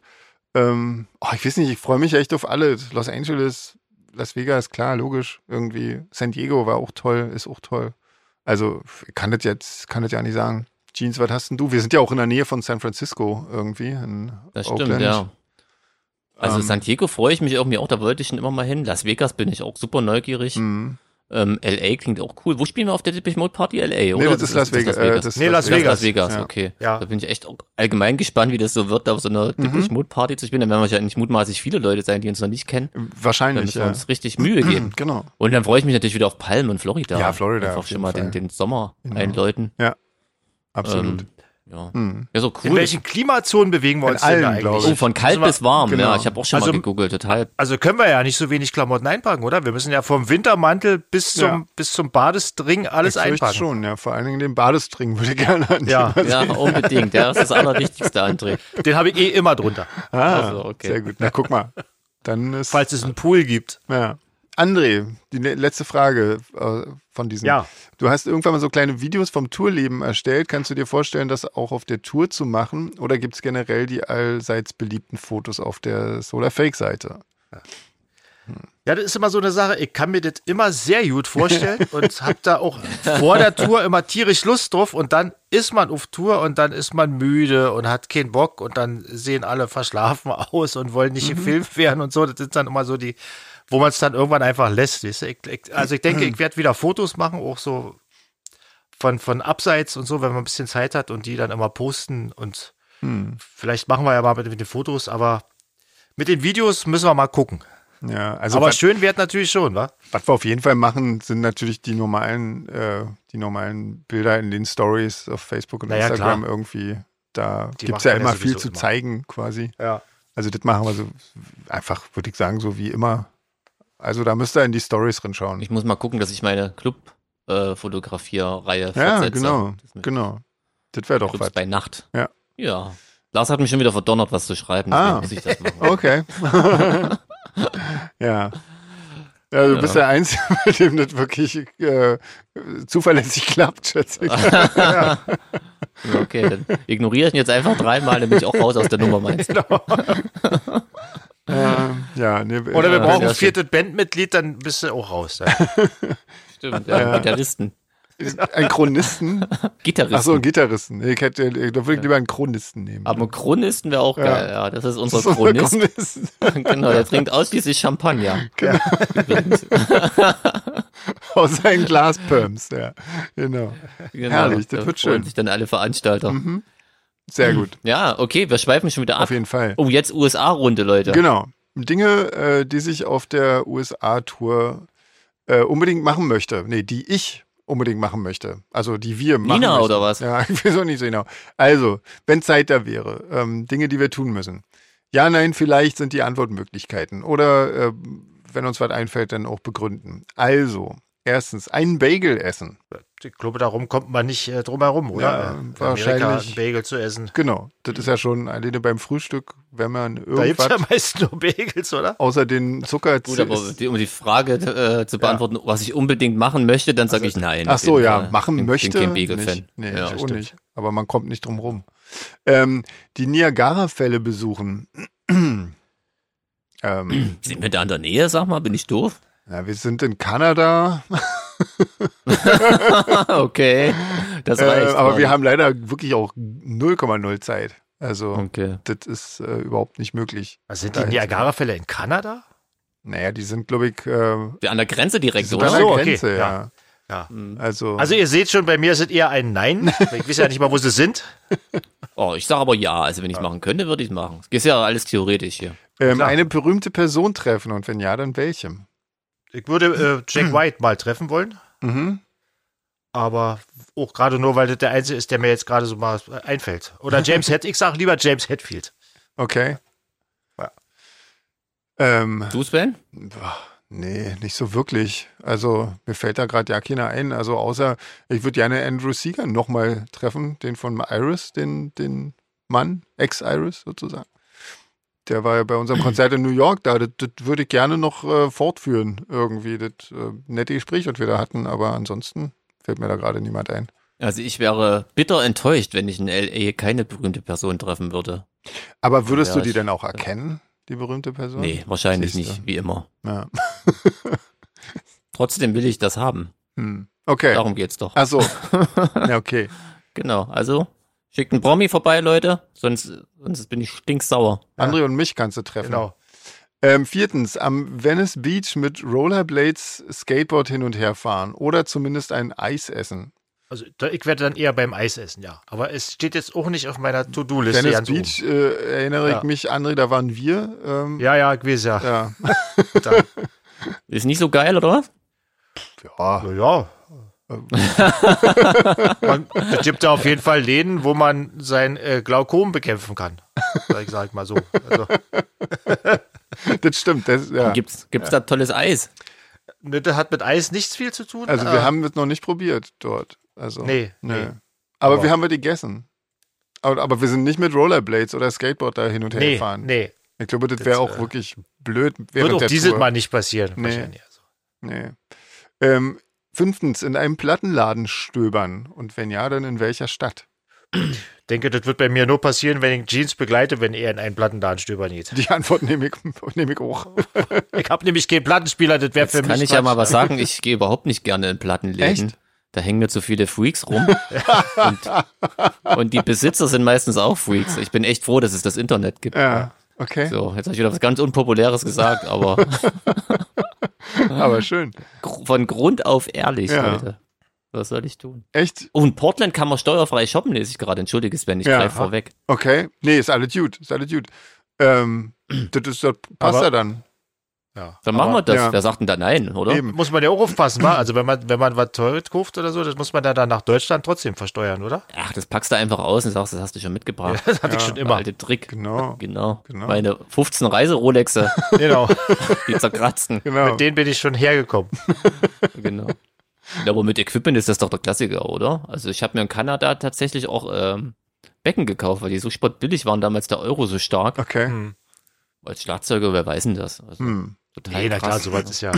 Ähm, oh, ich weiß nicht, ich freue mich echt auf alle. Los Angeles, Las Vegas, klar, logisch. Irgendwie. San Diego war auch toll, ist auch toll. Also, ich kann das jetzt, kann das ja nicht sagen. Jeans, was hast denn du? Wir sind ja auch Ähm. in der Nähe von San Francisco irgendwie. In
Das stimmt,
Oakland.
ja. Also San Diego freue ich mich irgendwie auch, da wollte ich schon immer mal hin. Las Vegas bin ich auch super neugierig.
Mhm.
Ähm, LA klingt auch cool. Wo spielen wir auf der Dippich Mode Party? LA, oder?
Nee, das ist Las Vegas. äh, das ist
Nee, Las
Las Vegas,
Vegas.
Las Vegas
Ja.
okay.
Ja.
Da bin ich echt auch allgemein gespannt, wie das so wird, da auf so einer
Mhm.
Dippich Mode Party zu spielen. Da werden wahrscheinlich mutmaßlich viele Leute sein, die uns noch nicht kennen. Da
Wahrscheinlich,
müssen wir
ja.
uns richtig Mühe geben.
Genau.
Und dann freue ich mich natürlich wieder auf Palm und Florida.
Ja, Florida
Einfach
auf
schon
jeden
mal den,
Fall. Genau.
den Sommer einläuten.
Absolut.
Ähm, ja.
Mhm.
ja, so
In
cool.
welchen Klimazonen bewegen wir
In
uns denn da
allen,
eigentlich?
glaub
Oh, von kalt
Also mal-
bis warm,
genau.
ja. Ich habe auch schon
Also-
mal gegoogelt, total.
Also können wir ja nicht so wenig Klamotten einpacken, oder? Wir müssen ja vom Wintermantel bis zum,
Ja.
bis zum Badestring alles
Ich fürchte
einpacken.
schon, ja. Vor allen Dingen den Badestring würde ich gerne anziehen.
Ja,
Ja, unbedingt. Ja, das ist das Allerwichtigste, André.
den habe ich eh immer drunter,
Ah,
also, okay.
Sehr gut. Na, guck mal. Dann ist.
falls es einen Pool gibt.
Ja. André, die le- letzte Frage äh, von diesem.
Ja.
Du hast irgendwann mal so kleine Videos vom Tourleben erstellt. Kannst du dir vorstellen, das auch auf der Tour zu machen? Oder gibt es generell die allseits beliebten Fotos auf der Solar Fake-Seite?
Ja, das ist immer so eine Sache. Ich kann mir das immer sehr gut vorstellen und habe da auch vor der Tour immer tierisch Lust drauf. Und dann ist man auf Tour und dann ist man müde und hat keinen Bock und dann sehen alle verschlafen aus und wollen nicht gefilmt werden und so. Das sind dann immer so die, wo man es dann irgendwann einfach lässt. Weißt du? ich, ich, also ich denke, ich werde wieder Fotos machen, auch so von, von Abseits und so, wenn man ein bisschen Zeit hat und die dann immer posten und vielleicht machen wir ja mal mit, mit den Fotos, aber mit den Videos müssen wir mal gucken.
Ja, also
aber
was,
schön wert natürlich schon, wa?
was wir auf jeden Fall machen, sind natürlich die normalen, äh, die normalen Bilder in den Stories auf Facebook und
Naja,
Instagram
klar.
irgendwie. Da
Die
gibt
macht
es ja
man ja
immer viel
sowieso
zu
immer.
zeigen, quasi.
Ja.
Also das machen wir so einfach, würde ich sagen, so wie immer. Also da müsst ihr in die Stories reinschauen.
Ich muss mal gucken, dass ich meine Club-Fotografierreihe
Ja,
fortsetze.
genau,
Das mit
genau. Das wäre doch
Clubs
was.
bei Nacht.
Ja.
Ja. Lars hat mich schon wieder verdonnert, was zu schreiben.
Ah.
deswegen Muss ich das machen.
Okay. ja. Ja, du
Ja.
bist der Einzige, bei dem das wirklich äh, zuverlässig klappt, schätze ich.
Okay, dann ignoriere ich ihn jetzt einfach dreimal, dann bin ich auch raus aus der Nummer, meinst du?
Genau. ähm, ja, nee,
Oder wir
Ja,
brauchen
sehr
ein viertes Bandmitglied, dann bist du auch raus. Ja.
Stimmt, ja. Gitarristen.
Ein Chronisten?
Gitarristen.
Achso, einen Gitarristen. Ich hätte, da würde ich lieber einen Chronisten nehmen.
Aber ein Chronisten wäre auch geil, ja. Das ist unser
So einen
Chronist.
Chronisten.
genau, der trinkt ausschließlich Champagner.
Aus seinen Glaspumps, ja. Genau.
Genau.
Herrlich, das
Da
wird
freuen
schön.
sich dann alle Veranstalter.
Sehr gut.
Ja, okay, wir schweifen schon wieder ab.
Auf jeden Fall.
Oh, jetzt USA-Runde, Leute.
Genau. Dinge, äh, die sich auf der USA-Tour äh, unbedingt machen möchte. Nee, die ich unbedingt machen möchte. Also die wir machen.
Nina
möchten.
oder was?
Ja, ich weiß auch nicht so genau. Also, wenn Zeit da wäre, ähm, Dinge, die wir tun müssen. Ja, nein, vielleicht sind die Antwortmöglichkeiten. Oder äh, wenn uns was einfällt, dann auch begründen. Also, erstens, einen Bagel essen.
Ich glaube, darum kommt man nicht äh, drum herum, oder?
Ja,
Äh, in Amerika
wahrscheinlich.
einen Bagel zu essen.
Genau. Das ist ja schon alleine beim Frühstück, wenn man
Da gibt
irgendwas
es ja meist nur Bagels, oder?
außer den Zucker
Gut, aber die, um die Frage äh, zu beantworten, was ich unbedingt machen möchte, dann sage ich
Also,
nein.
Ach
auf
so,
jeden
ja,
Fall.
machen
Ich bin
möchte.
kein Beagle-Fan.
nicht. Nee,
Ja.
ich auch nicht. Aber man kommt nicht drum rum. Ähm, die Niagara-Fälle besuchen. ähm,
Sind wir da in der Nähe, sag mal? Bin ich doof?
na, wir sind in Kanada,
okay, das
äh,
reicht.
aber wir
Mann.
haben leider wirklich auch 0,0 Zeit. Also
Okay.
das ist äh, überhaupt nicht möglich.
Was sind die Niagara-Fälle in Kanada?
Naja, die sind, glaube ich, äh,
Wir an der Grenze direkt, Hm.
sind an
oder?
so,
der
okay,
Grenze, ja.
ja. Ja.
Also,
Also ihr seht schon, bei mir sind eher ein Nein. Ich weiß ja nicht mal, wo sie sind.
Oh, ich sage aber ja. Also, wenn ich machen könnte, würde ich machen. Ist ja alles theoretisch hier.
ähm,
klar.
eine berühmte Person treffen und wenn ja, dann welche?
Ich würde äh, Jack White mal treffen wollen,
Mhm.
aber auch gerade nur, weil das der Einzige ist, der mir jetzt gerade so mal äh, einfällt. Oder James Hetfield. Ich sage lieber James Hetfield.
Okay.
Ja.
Ähm,
Du, Sven?
Boah, Nee, nicht so wirklich. Also mir fällt da gerade ja keiner ein. Also außer, ich würde gerne Andrew Seeger nochmal treffen, den von Iris, den, den Mann, Ex-Iris sozusagen. Der war ja bei unserem Konzert in New York da. Das, das würde ich gerne noch äh, fortführen, irgendwie. Das äh, nette Gespräch, das wir da hatten. Aber ansonsten fällt mir da gerade niemand ein.
Also, ich wäre bitter enttäuscht, wenn ich in L.A. keine berühmte Person treffen würde.
Aber würdest
Ja,
du die
ich-
denn auch erkennen, die berühmte Person?
Nee, wahrscheinlich
Siehste.
nicht, wie immer.
Ja.
Trotzdem will ich das haben.
Hm. Okay.
Darum geht's doch.
Ach so. ja, okay.
Genau, also schickt einen Promi vorbei, Leute, sonst, sonst bin ich stinksauer.
André und mich kannst du treffen.
Genau.
Ähm, viertens, am Venice Beach mit Rollerblades Skateboard hin und her fahren oder zumindest ein Eis essen.
Also da, ich werde dann eher beim Eis essen, ja. Aber es steht jetzt auch nicht auf meiner To-Do-Liste.
Venice
ganz oben.
Beach, äh, erinnere
Ja.
ich mich, André, da waren wir. Ähm,
Ja, ja, gewesen, ja.
ja.
Dann,
Ist nicht so geil, oder was?
ja.
na ja. man, es gibt da auf jeden Fall Läden, wo man sein äh, Glaukom bekämpfen kann. Sag ich sag ich mal so. Also,
das stimmt. Das, ja.
Gibt's, gibt's da tolles Eis?
ne, das hat mit Eis nichts viel zu tun. äh,
Also
aber-
wir haben es noch nicht probiert dort. Also,
Ah. Nee,
nee.
nee.
Aber,
Aber-
wir haben es gegessen. Aber, aber wir sind nicht mit Rollerblades oder Skateboard da hin und her
Nee,
gefahren.
nee.
Ich glaube, das wäre auch
äh,
wirklich blöd während
Wird auch
der
dieses
Tour.
Mal nicht passieren.
Nee.
Wahrscheinlich. Also.
Nee. Ähm, fünftens, in einem Plattenladen stöbern. Und wenn ja, dann in welcher Stadt?
denke, das wird bei mir nur passieren, wenn ich Jeans begleite, wenn er in einen Plattenladen stöbern geht.
Die Antwort nehme ich, nehme ich auch.
Oh.
Ich habe nämlich keinen Plattenspieler, das wäre
Jetzt
für mich.
kann ich ja
Quatsch.
mal was sagen. Ich gehe überhaupt nicht gerne in Plattenläden.
Echt?
Da hängen mir zu viele Freaks rum. und, und die Besitzer sind meistens auch Freaks. Ich bin echt froh, dass es das Internet gibt.
Ja, okay.
So, jetzt habe ich wieder was ganz Unpopuläres gesagt, aber
Aber schön.
gr- von Grund auf ehrlich,
Ja.
Leute. Was soll ich tun?
Echt?
Oh, in Portland kann man steuerfrei shoppen, lese ich gerade. Entschuldige, Sven, ich
Ja.
greife vorweg.
Okay. Nee, ist alle gut. Ist alle gut. Ähm, das, ist, das passt
Aber-
ja dann.
Ja.
Dann machen wir das.
ja.
Wer sagt denn da nein, oder?
Eben.
Muss man ja auch aufpassen, wa? Also wenn man, wenn man was teures kauft oder so, das muss man ja dann nach Deutschland trotzdem versteuern, oder?
Ach, das packst du einfach aus und sagst, das hast du schon mitgebracht.
Das hatte ich
Ja.
schon immer.
Alte Trick.
Genau.
Genau.
Genau.
Meine 15 Reise-Rolexe,
Genau.
die zerkratzten.
Genau.
Mit denen bin ich schon hergekommen.
genau. Ja, aber mit Equipment ist das doch der Klassiker, oder? Also ich habe mir in Kanada tatsächlich auch ähm, Becken gekauft, weil die so sportbillig waren, damals der Euro so stark.
Okay.
Hm.
Als Schlagzeuger, wer weiß denn das? Also,
Hm.
total
Nee, na klar,
krass.
sowas ist ja.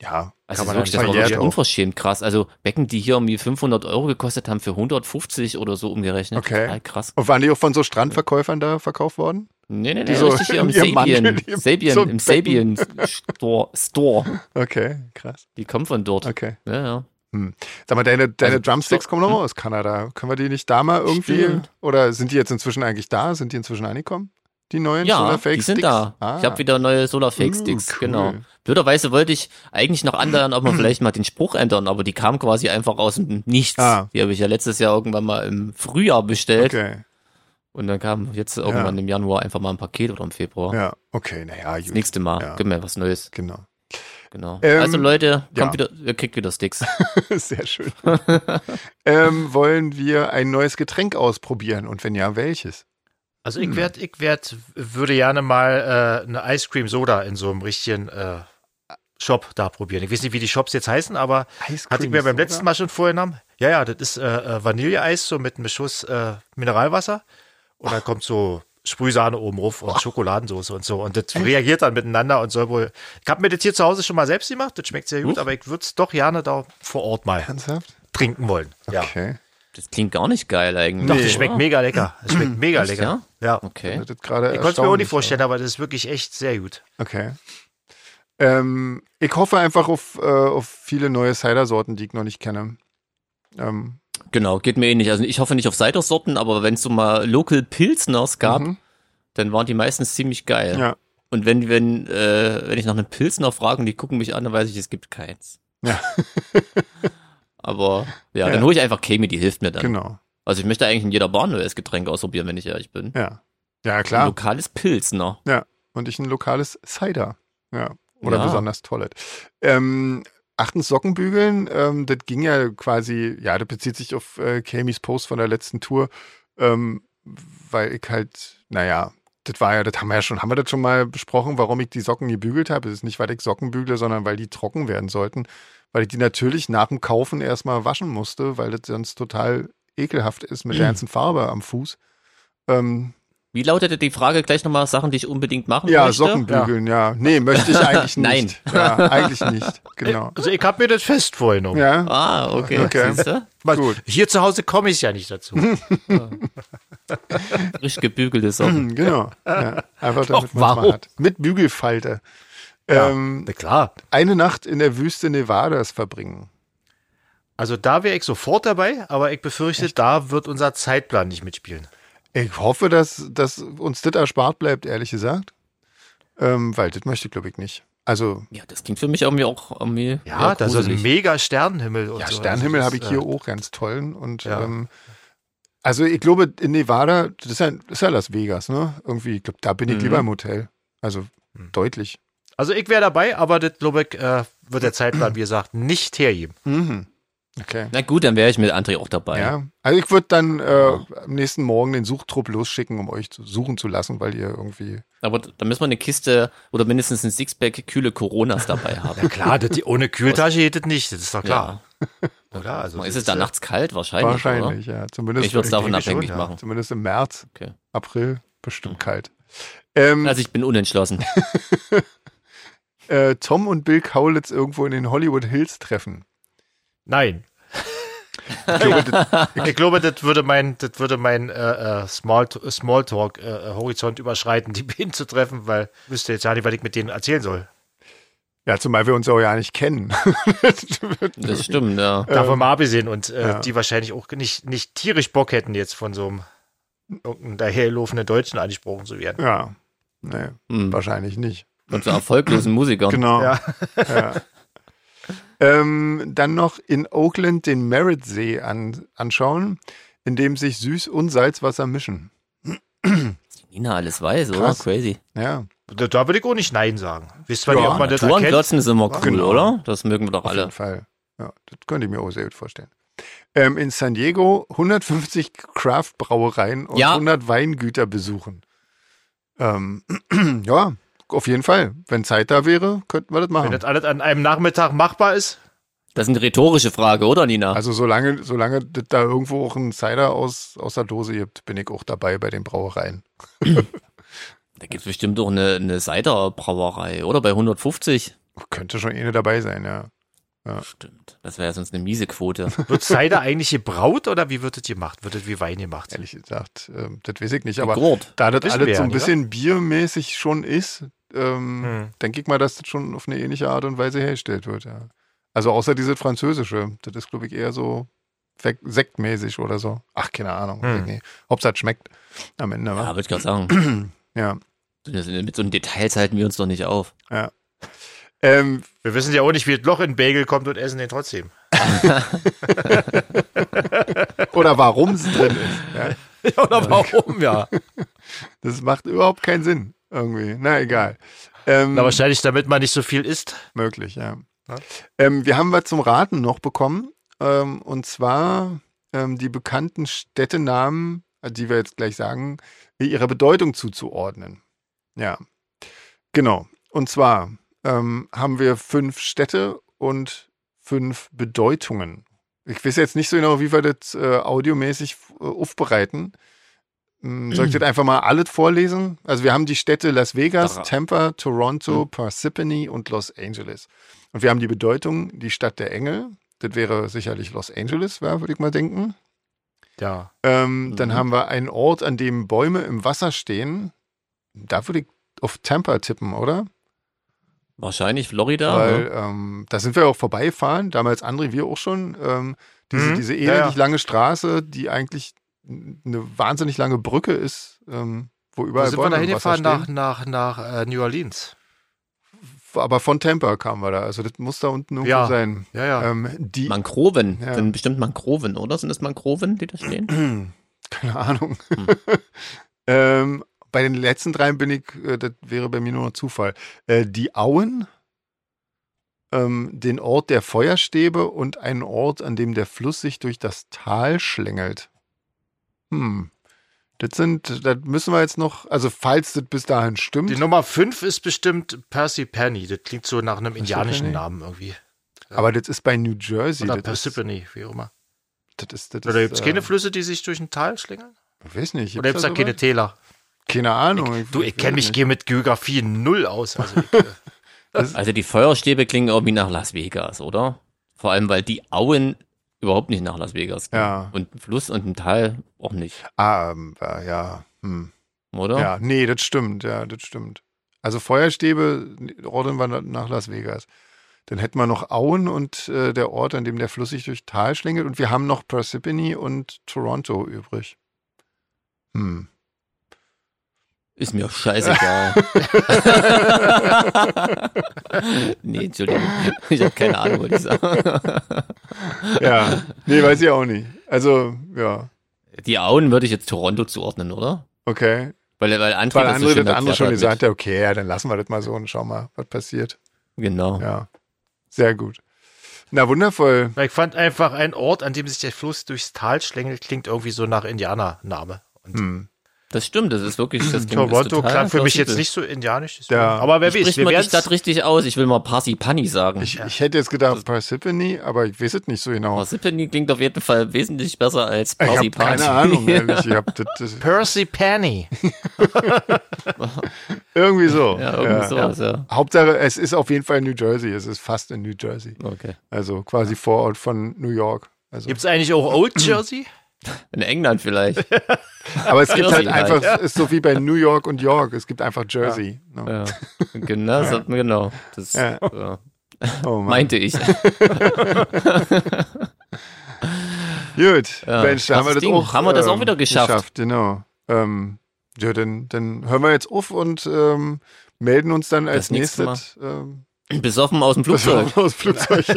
Ja.
Also
Kann man ja
wirklich, das war
halt nicht
wirklich
verjährt auch.
unverschämt krass. Also Becken, die hier irgendwie 500 Euro gekostet haben, für 150 oder so umgerechnet.
Okay.
Total krass.
Und waren die auch von so Strandverkäufern da verkauft worden?
Nee, nee,
Die
nee,
so
richtig hier
in
im
ihrem Mantel,
Sabien.
die im-
Sabien,
so ein
im
Becken.
Sabien Store, Store.
Okay, krass.
Die kommen von dort.
Okay.
Ja, ja.
Sag mal, deine, deine
Also,
Drumsticks
so-
kommen noch mal aus Kanada. Können wir die nicht da mal irgendwie?
Stimmt.
Oder sind die jetzt inzwischen eigentlich da? Sind die inzwischen angekommen? Die neuen
Ja,
Solar Fake
die sind
Sticks?
da. Ich habe wieder neue Solar Fake
Uh,
Sticks,
cool.
genau. Blöderweise wollte ich eigentlich noch andern, ob wir vielleicht mal den Spruch ändern, aber die kamen quasi einfach aus dem Nichts.
Ah.
Die habe ich ja letztes Jahr irgendwann mal im Frühjahr bestellt
Okay.
und dann kam jetzt irgendwann im Januar einfach mal ein Paket oder im Februar.
Ja, okay, naja,
Das
gut.
nächste Mal,
Ja.
gib mir was Neues,
Genau.
genau.
Ähm,
also Leute, kommt
ja.
wieder, ihr kriegt wieder Sticks.
Sehr schön. ähm, wollen wir ein neues Getränk ausprobieren? Und wenn ja, welches?
Also
Hm.
ich werd, ich werd, würde gerne mal äh, eine Ice Cream Soda in so einem richtigen äh, Shop da probieren. Ich weiß nicht, wie die Shops jetzt heißen, aber
Ice
Hatte ich mir beim
Soda?
letzten Mal schon vorgenommen. Ja, ja, das ist äh, äh, Vanilleeis so mit einem Schuss äh, Mineralwasser. Und dann kommt so Sprühsahne oben rauf und Schokoladensauce und so. Und das reagiert dann miteinander und soll wohl. Ich habe mir das hier zu Hause schon mal selbst gemacht. Das schmeckt sehr gut,
Hm?
aber ich würde es doch gerne da vor Ort mal
Ernsthaft?
trinken wollen. Ja.
Okay.
Das klingt gar nicht geil eigentlich.
Doch,
Nee. Hm.
das schmeckt mega lecker. Das schmeckt mega
Echt,
lecker. Ja.
Okay.
Das ist gerade
Ich konnte es mir auch nicht
Äh, erstaunlich,
vorstellen, aber das ist wirklich echt sehr gut.
Okay. Ähm, ich hoffe einfach auf, äh, auf viele neue Cider-Sorten, die ich noch nicht kenne. Ähm,
Genau, geht mir ähnlich. Also ich hoffe nicht auf Cidersorten, aber wenn es so mal Local Pilsners gab,
mhm.
dann waren die meistens ziemlich geil.
Ja.
Und wenn, wenn, äh, wenn ich nach einem Pilsner frage und die gucken mich an, dann weiß ich, es gibt keins.
Ja.
Aber ja,
Ja.
dann hole ich einfach Kami, die hilft mir dann.
Genau.
Also ich möchte eigentlich in jeder Bar ein neues Getränk ausprobieren, wenn ich ehrlich bin.
Ja. Ja,
Ein
klar.
lokales Pilsner.
Und ich ein lokales Cider. Ja. Oder
Ja.
besonders tolles. Ähm, achtens Sockenbügeln, ähm, das ging ja quasi, ja, das bezieht sich auf äh, Kamis Post von der letzten Tour, ähm, weil ich halt, naja, das war ja, das haben wir ja schon, haben wir das schon mal besprochen, warum ich die Socken gebügelt habe. Es ist nicht, weil ich Socken bügle, sondern weil die trocken werden sollten. Weil ich die natürlich nach dem Kaufen erstmal waschen musste, weil das sonst total ekelhaft ist mit der ganzen Farbe am Fuß. Ähm,
Wie lautete die Frage gleich nochmal, Sachen, die ich unbedingt machen
ja,
möchte?
Sockenbügeln, ja. Nee, möchte ich eigentlich
Nein.
nicht. Nein. Ja, eigentlich nicht. Genau.
Also ich habe mir das fest vorgenommen.
Ja,
Ah, okay.
Okay.
Siehst du?
Weil
gut.
Hier zu Hause komme ich ja nicht dazu.
Frisch gebügelte Socken.
genau. Ja, einfach damit man's mal
warum?
hat. Mit Bügelfalte. Ähm,
Na klar.
eine Nacht in der Wüste Nevadas verbringen.
Also da wäre ich sofort dabei, aber ich befürchte, da wird unser Zeitplan nicht mitspielen.
Ich hoffe, dass, dass uns das erspart bleibt, ehrlich gesagt. ähm, weil das möchte ich, glaube ich, nicht. Also,
Ja, das klingt für mich irgendwie auch irgendwie
Ja,
eher
das ist ein
gruselig.
mega Sternenhimmel. Und
ja,
so.
Sternenhimmel
Also
habe
das,
ich hier
äh,
auch ganz tollen. Und
ja.
ähm, also ich glaube, in Nevada, das ist ja, das ist ja Las Vegas, ne? Irgendwie, ich glaube, da bin ich
Mhm.
lieber im Hotel. Also
Mhm.
deutlich.
Also ich wäre dabei, aber das, glaube ich, äh, wird der Zeitplan, wie gesagt, nicht hergeben.
Mhm. Okay.
Na gut, dann wäre ich mit André auch dabei.
Ja, also ich würde dann äh,
Ja.
am nächsten Morgen den Suchtrupp losschicken, um euch zu suchen zu lassen, weil ihr irgendwie.
Aber da müssen wir eine Kiste oder mindestens ein Sixpack kühle Coronas dabei haben.
Na klar, das, die- ohne Kühltasche geht das nicht, das ist doch klar. Oder? Also,
ist es
das
dann nachts kalt? Wahrscheinlich.
Wahrscheinlich, ja.
Oder?
Zumindest,
Ich würde es davon
denke schon,
abhängig
ja.
machen.
zumindest im März,
Okay. Mhm.
April, bestimmt kalt. Ähm,
Also ich bin unentschlossen.
äh, Tom und Bill Kaulitz irgendwo in den Hollywood Hills treffen.
äh, Nein. Ich glaube, das- ich glaube, das würde mein, das würde mein äh, äh, Small, Smalltalk-Horizont überschreiten, die beiden zu treffen, weil ich wüsste jetzt ja nicht, was ich mit denen erzählen soll.
Ja, zumal wir uns auch ja nicht kennen.
Das stimmt, ja.
Davon mal abgesehen und äh,
Ähm, ja.
die wahrscheinlich auch nicht, nicht tierisch Bock hätten, jetzt von so einem irgendeinem daherlaufenden Deutschen angesprochen zu werden.
ja, nee,
Hm.
wahrscheinlich nicht.
Und so erfolglosen Musikern.
Genau.
Ja.
Ja. ähm, dann noch in Oakland den Merrittsee an, anschauen, in dem sich Süß- und Salzwasser mischen.
Nina alles weiß, oder?
Krass.
Crazy.
Ja,
Da, da würde ich auch nicht Nein sagen. Wisst ihr,
Ja,
nicht, ob man das erkennt?
Tourenklotzen ist immer cool,
Genau.
oder? Das mögen wir doch
auf
alle.
jeden Fall. Ja, das könnte ich mir auch sehr gut vorstellen. Ähm, in San Diego 150 Craft-Brauereien und
Ja.
100 Weingüter besuchen. Ähm, ja, auf jeden Fall. Wenn Zeit da wäre, könnten wir das
Wenn
machen.
das alles an einem Nachmittag machbar ist,
Das ist eine rhetorische Frage, oder Nina?
Also solange, solange das da irgendwo auch ein Cider aus, aus der Dose gibt, bin ich auch dabei bei den Brauereien.
da gibt es bestimmt auch eine, eine Ciderbrauerei, oder? Bei 150?
Könnte schon eine dabei sein, ja.
Stimmt. Das wäre ja sonst eine miese Quote.
wird Cider eigentlich gebraut oder wie wird das gemacht? Wird das wie Wein gemacht?
Ehrlich gesagt, ähm, das weiß ich nicht. Aber
Gurt.
da das
Wissen
alles
wir
so
ja
ein
nicht,
bisschen biermäßig schon ist, ähm,
Hm.
denke ich mal, dass das schon auf eine ähnliche Art und Weise hergestellt wird, ja. Also außer dieses französische, das ist, glaube ich, eher so Sek- sektmäßig oder so. Ach, keine Ahnung.
Hm.
Nee. Hauptsache es halt schmeckt am Ende.
Ja,
wa?
würde ich gerade sagen.
ja.
Das- Mit so einem Details halten wir uns doch nicht auf.
Ähm,
Wir wissen ja auch nicht, wie das Loch in den Bagel kommt und essen den trotzdem.
oder warum es drin ist. Ja.
oder warum, ja.
Das macht überhaupt keinen Sinn irgendwie. Na egal. Ähm,
Na, wahrscheinlich, damit man nicht so viel isst.
möglich, ja.
Ja.
Ähm, wir haben was zum Raten noch bekommen. Ähm, und zwar ähm, die bekannten Städtenamen, äh, die wir jetzt gleich sagen, ihrer Bedeutung zuzuordnen. Ja. Genau. Und zwar ähm, haben wir fünf Städte und fünf Bedeutungen. Ich weiß jetzt nicht so genau, wie wir das äh, audiomäßig äh, aufbereiten. Ähm, Soll ich das einfach mal alles vorlesen? Also wir haben die Städte Las Vegas,
Doch.
Tampa, Toronto, Parsippany und Los Angeles. Und wir haben die Bedeutung, die Stadt der Engel. Das wäre sicherlich Los Angeles, ja, würde ich mal denken.
Ja.
Ähm, Dann
Mhm.
haben wir einen Ort, an dem Bäume im Wasser stehen. Da würde ich auf Tampa tippen, oder?
Wahrscheinlich Florida.
Weil
ne?
ähm, da sind wir auch vorbeifahren, damals André, wir auch schon. Ähm, diese,
Mhm.
diese
Ja, ja.
ewig lange Straße, die eigentlich n- eine wahnsinnig lange Brücke ist, ähm, wo
Wo
überall
sind wir
Bäume
da
im Wasser
hingefahren? Nach,
stehen.
nach, nach äh, New Orleans.
Aber von Tampa kamen wir da, also das muss da unten irgendwo
Ja.
sein.
Ja, ja.
Ähm, die,
Mangroven.
Ja.
Sind bestimmt Mangroven, oder? Sind das Mangroven, die da stehen?
Keine Ahnung.
Hm.
ähm, bei den letzten dreien bin ich, äh, das wäre bei mir nur noch Zufall. Äh, die Auen, ähm, den Ort der Feuerstäbe und einen Ort, an dem der Fluss sich durch das Tal schlängelt. Hm. Das sind, das müssen wir jetzt noch, also falls das bis dahin stimmt.
Die Nummer 5 ist bestimmt Percy Penny. Das klingt so nach einem indianischen
Persephone?
Namen irgendwie.
aber das ist bei New Jersey.
Oder
das, ist,
Persephone, wie auch immer.
das ist, das
Oder
ist,
gibt es keine
äh,
Flüsse, die sich durch ein Tal schlängeln?
Ich weiß nicht.
Oder gibt
gibt's
es da
sowas?
keine Täler?
Keine Ahnung.
Du, ich
weiß
kenne mich
nicht.
hier mit Geografie null aus. Also ich, äh,
Also die Feuerstäbe klingen irgendwie nach Las Vegas, oder? Vor allem, weil die Auen überhaupt nicht nach Las Vegas klingen.
Ja.
Und ein Fluss und ein Tal auch nicht,
Ah, ähm, äh, ja. Hm.
oder?
Ja, nee, das stimmt, ja, das stimmt. Also Feuerstäbe ordnen wir na- nach Las Vegas. Dann hätten wir noch Auen und äh, der Ort, an dem der Fluss sich durch Tal schlängelt. Und wir haben noch Persephone und Toronto übrig. Hm.
Ist mir scheißegal. nee, Entschuldigung. Ich habe keine Ahnung, was ich sage.
Ja, nee, weiß ich auch nicht. Also, ja,
Die Auen würde ich jetzt Toronto zuordnen, oder?
okay.
Weil, weil andere,
Weil andere,
schön
das andere
erklärt
schon
hat mit-
gesagt hat, okay, ja, dann lassen wir das mal so und schauen mal, was passiert.
Genau.
Ja, sehr gut. Na, wundervoll.
Weil ich fand einfach ein Ort, an dem sich der Fluss durchs Tal schlängelt, klingt irgendwie so nach Indianername. Und
Hm.
Das stimmt, das ist wirklich. Das klingt- ist
Toronto
total
klang für mich
plausibel.
jetzt nicht so indianisch. deswegen-
Ja.
Aber wer weiß,
Spricht
wir
mal die
werden
Stadt richtig aus. Ich will mal Parsipani sagen.
Ich, ich hätte jetzt gedacht Persephone, aber ich weiß es nicht so genau.
Parsipani Oh, klingt auf jeden Fall wesentlich besser als
Ich habe
Parsipani.
keine Ahnung, ehrlich. Ich hab das, das,
Percy Penny.
irgendwie so.
ja, irgendwie sowas, ja.
Hauptsache, es ist auf jeden Fall New Jersey. Es ist fast in New Jersey.
Okay.
Also quasi Vorort von New York. Also,
Gibt es eigentlich auch Old Jersey?
In England vielleicht.
aber es gibt
Jersey
halt einfach, es ist so wie bei New York und York. Es gibt einfach Jersey. ne?
ja. Genau, so, genau. Das
Ja.
äh,
Oh Mann.
meinte ich.
Gut,
Ja,
Mensch, da haben wir
krasses
das,
Ding.
auch, ähm,
Haben wir das auch wieder geschafft.
Genau. Ähm, ja, dann, dann hören wir jetzt auf und ähm, melden uns dann als
Das nächste
nächstes. Ähm,
Besoffen aus dem
das war
Flugzeug.
aus Flugzeug.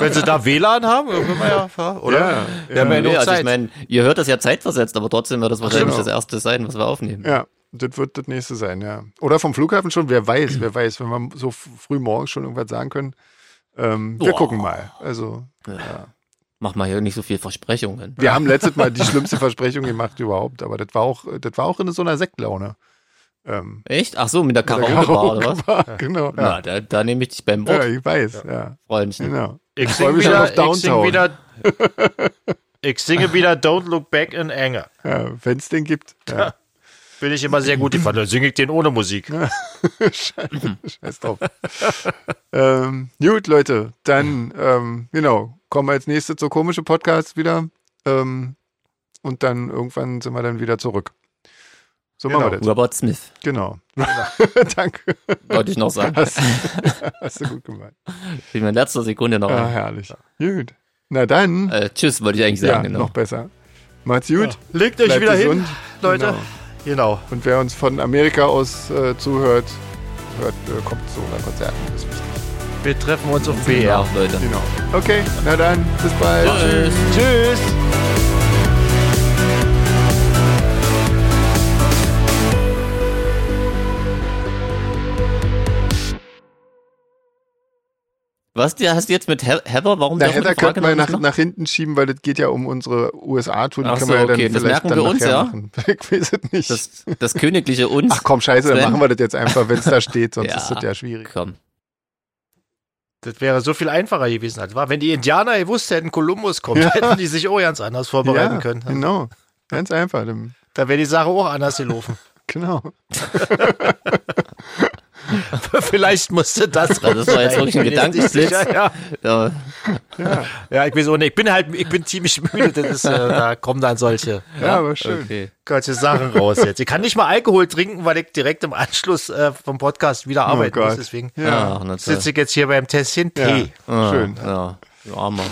Wenn sie da WLAN haben, können wir ja, oder?
ja,
Ja,
ja,
mein-
Nee,
Noch
also ich
Zeit.
meine, ihr hört das ja zeitversetzt, aber trotzdem wird das wahrscheinlich
genau.
das erste sein, was wir aufnehmen.
ja, das wird das nächste sein, ja. Oder vom Flughafen schon, wer weiß, wer weiß, wenn wir so f- früh morgens schon irgendwas sagen können. Ähm, wir
Boah.
gucken mal. Also,
Mach mal hier nicht so viel Versprechungen.
wir haben letztes Mal die schlimmste Versprechung gemacht überhaupt, aber das war auch, das war auch in so einer Sektlaune. Ähm,
Echt? Ach so, mit der
mit der
Karaoke-Bar oder was?
Karaoke-Bar, Genau. Ja.
Na, da, da nehme ich dich beim
Ja,
Wort,
ich weiß, ja.
Freundchen.
Genau.
Ich
freu
singe
mich schon
wieder,
auf
ich sing
Downtown.
wieder, ich singe wieder Don't Look Back in Anger.
Ja, Wenn es den gibt. Ja.
Bin ich immer sehr gut. Ich fand, dann singe ich den ohne Musik.
Scheiß drauf. ähm, gut, Leute, dann, ähm, genau, kommen wir als nächstes zu komische Podcasts wieder. Ähm, und dann irgendwann sind wir dann wieder zurück. So machen wir das.
Robert Smith,
Genau. Danke.
wollte ich noch sagen.
Hast, hast du gut gemacht.
Fiel mir in letzter Sekunde noch
Ah,
ein.
herrlich. Gut. Na dann,
Äh, tschüss, wollte ich eigentlich
ja,
sagen, genau.
noch besser. Macht's gut.
Legt euch
Bleibt
wieder
gesund.
hin, Leute.
Genau.
Genau.
Und wer uns von Amerika aus äh, zuhört, hört, äh, kommt zu unseren Konzerten. Das ist wichtig.
Wir treffen uns auf
Ja,
BR.
Leute.
Genau. Okay, na dann, bis bald.
Tschüss.
Genau. Tschüss.
Was, der hast du jetzt mit He- Heather, warum
Na,
darf man
Heather
die
könnten wir
Frage noch
nach,
nicht machen?
nach hinten schieben, weil das geht ja um unsere USA-Tour. Die
Ach
können
so,
wir ja dann
okay, das
vielleicht
merken
dann
wir uns,
nachher
ja.
machen. Ich weiß es nicht.
das, das königliche uns?
Ach komm, scheiße, dann
Sven?
machen wir das jetzt einfach, wenn es da steht, sonst
Ja.
ist das ja schwierig.
komm.
Das wäre so viel einfacher gewesen als war. Wenn die Indianer gewusst hätten, Kolumbus kommt, hätten die sich auch ganz anders vorbereiten
Ja,
können. Also,
genau. Ganz einfach. Dann,
Da wäre die Sache auch anders gelaufen.
genau.
Vielleicht musste das.
Das war jetzt wirklich ein
Ich bin jetzt nicht
Gedankenblitz.
sicher, Ja.
Ja,
ja, ich bin so, ich bin halt, ich bin ziemlich müde. Das ist, äh, da kommen dann solche,
Ja, aber schön.
okay.
solche Sachen raus jetzt. Ich kann nicht mal Alkohol trinken, weil ich direkt im Anschluss äh, vom Podcast wieder arbeiten muss.
Gott.
Deswegen
Ja,
Ach, na toll.
sitze ich jetzt hier beim Tässchen
ja.
Tee.
Ah,
schön.
Ja, du Armer.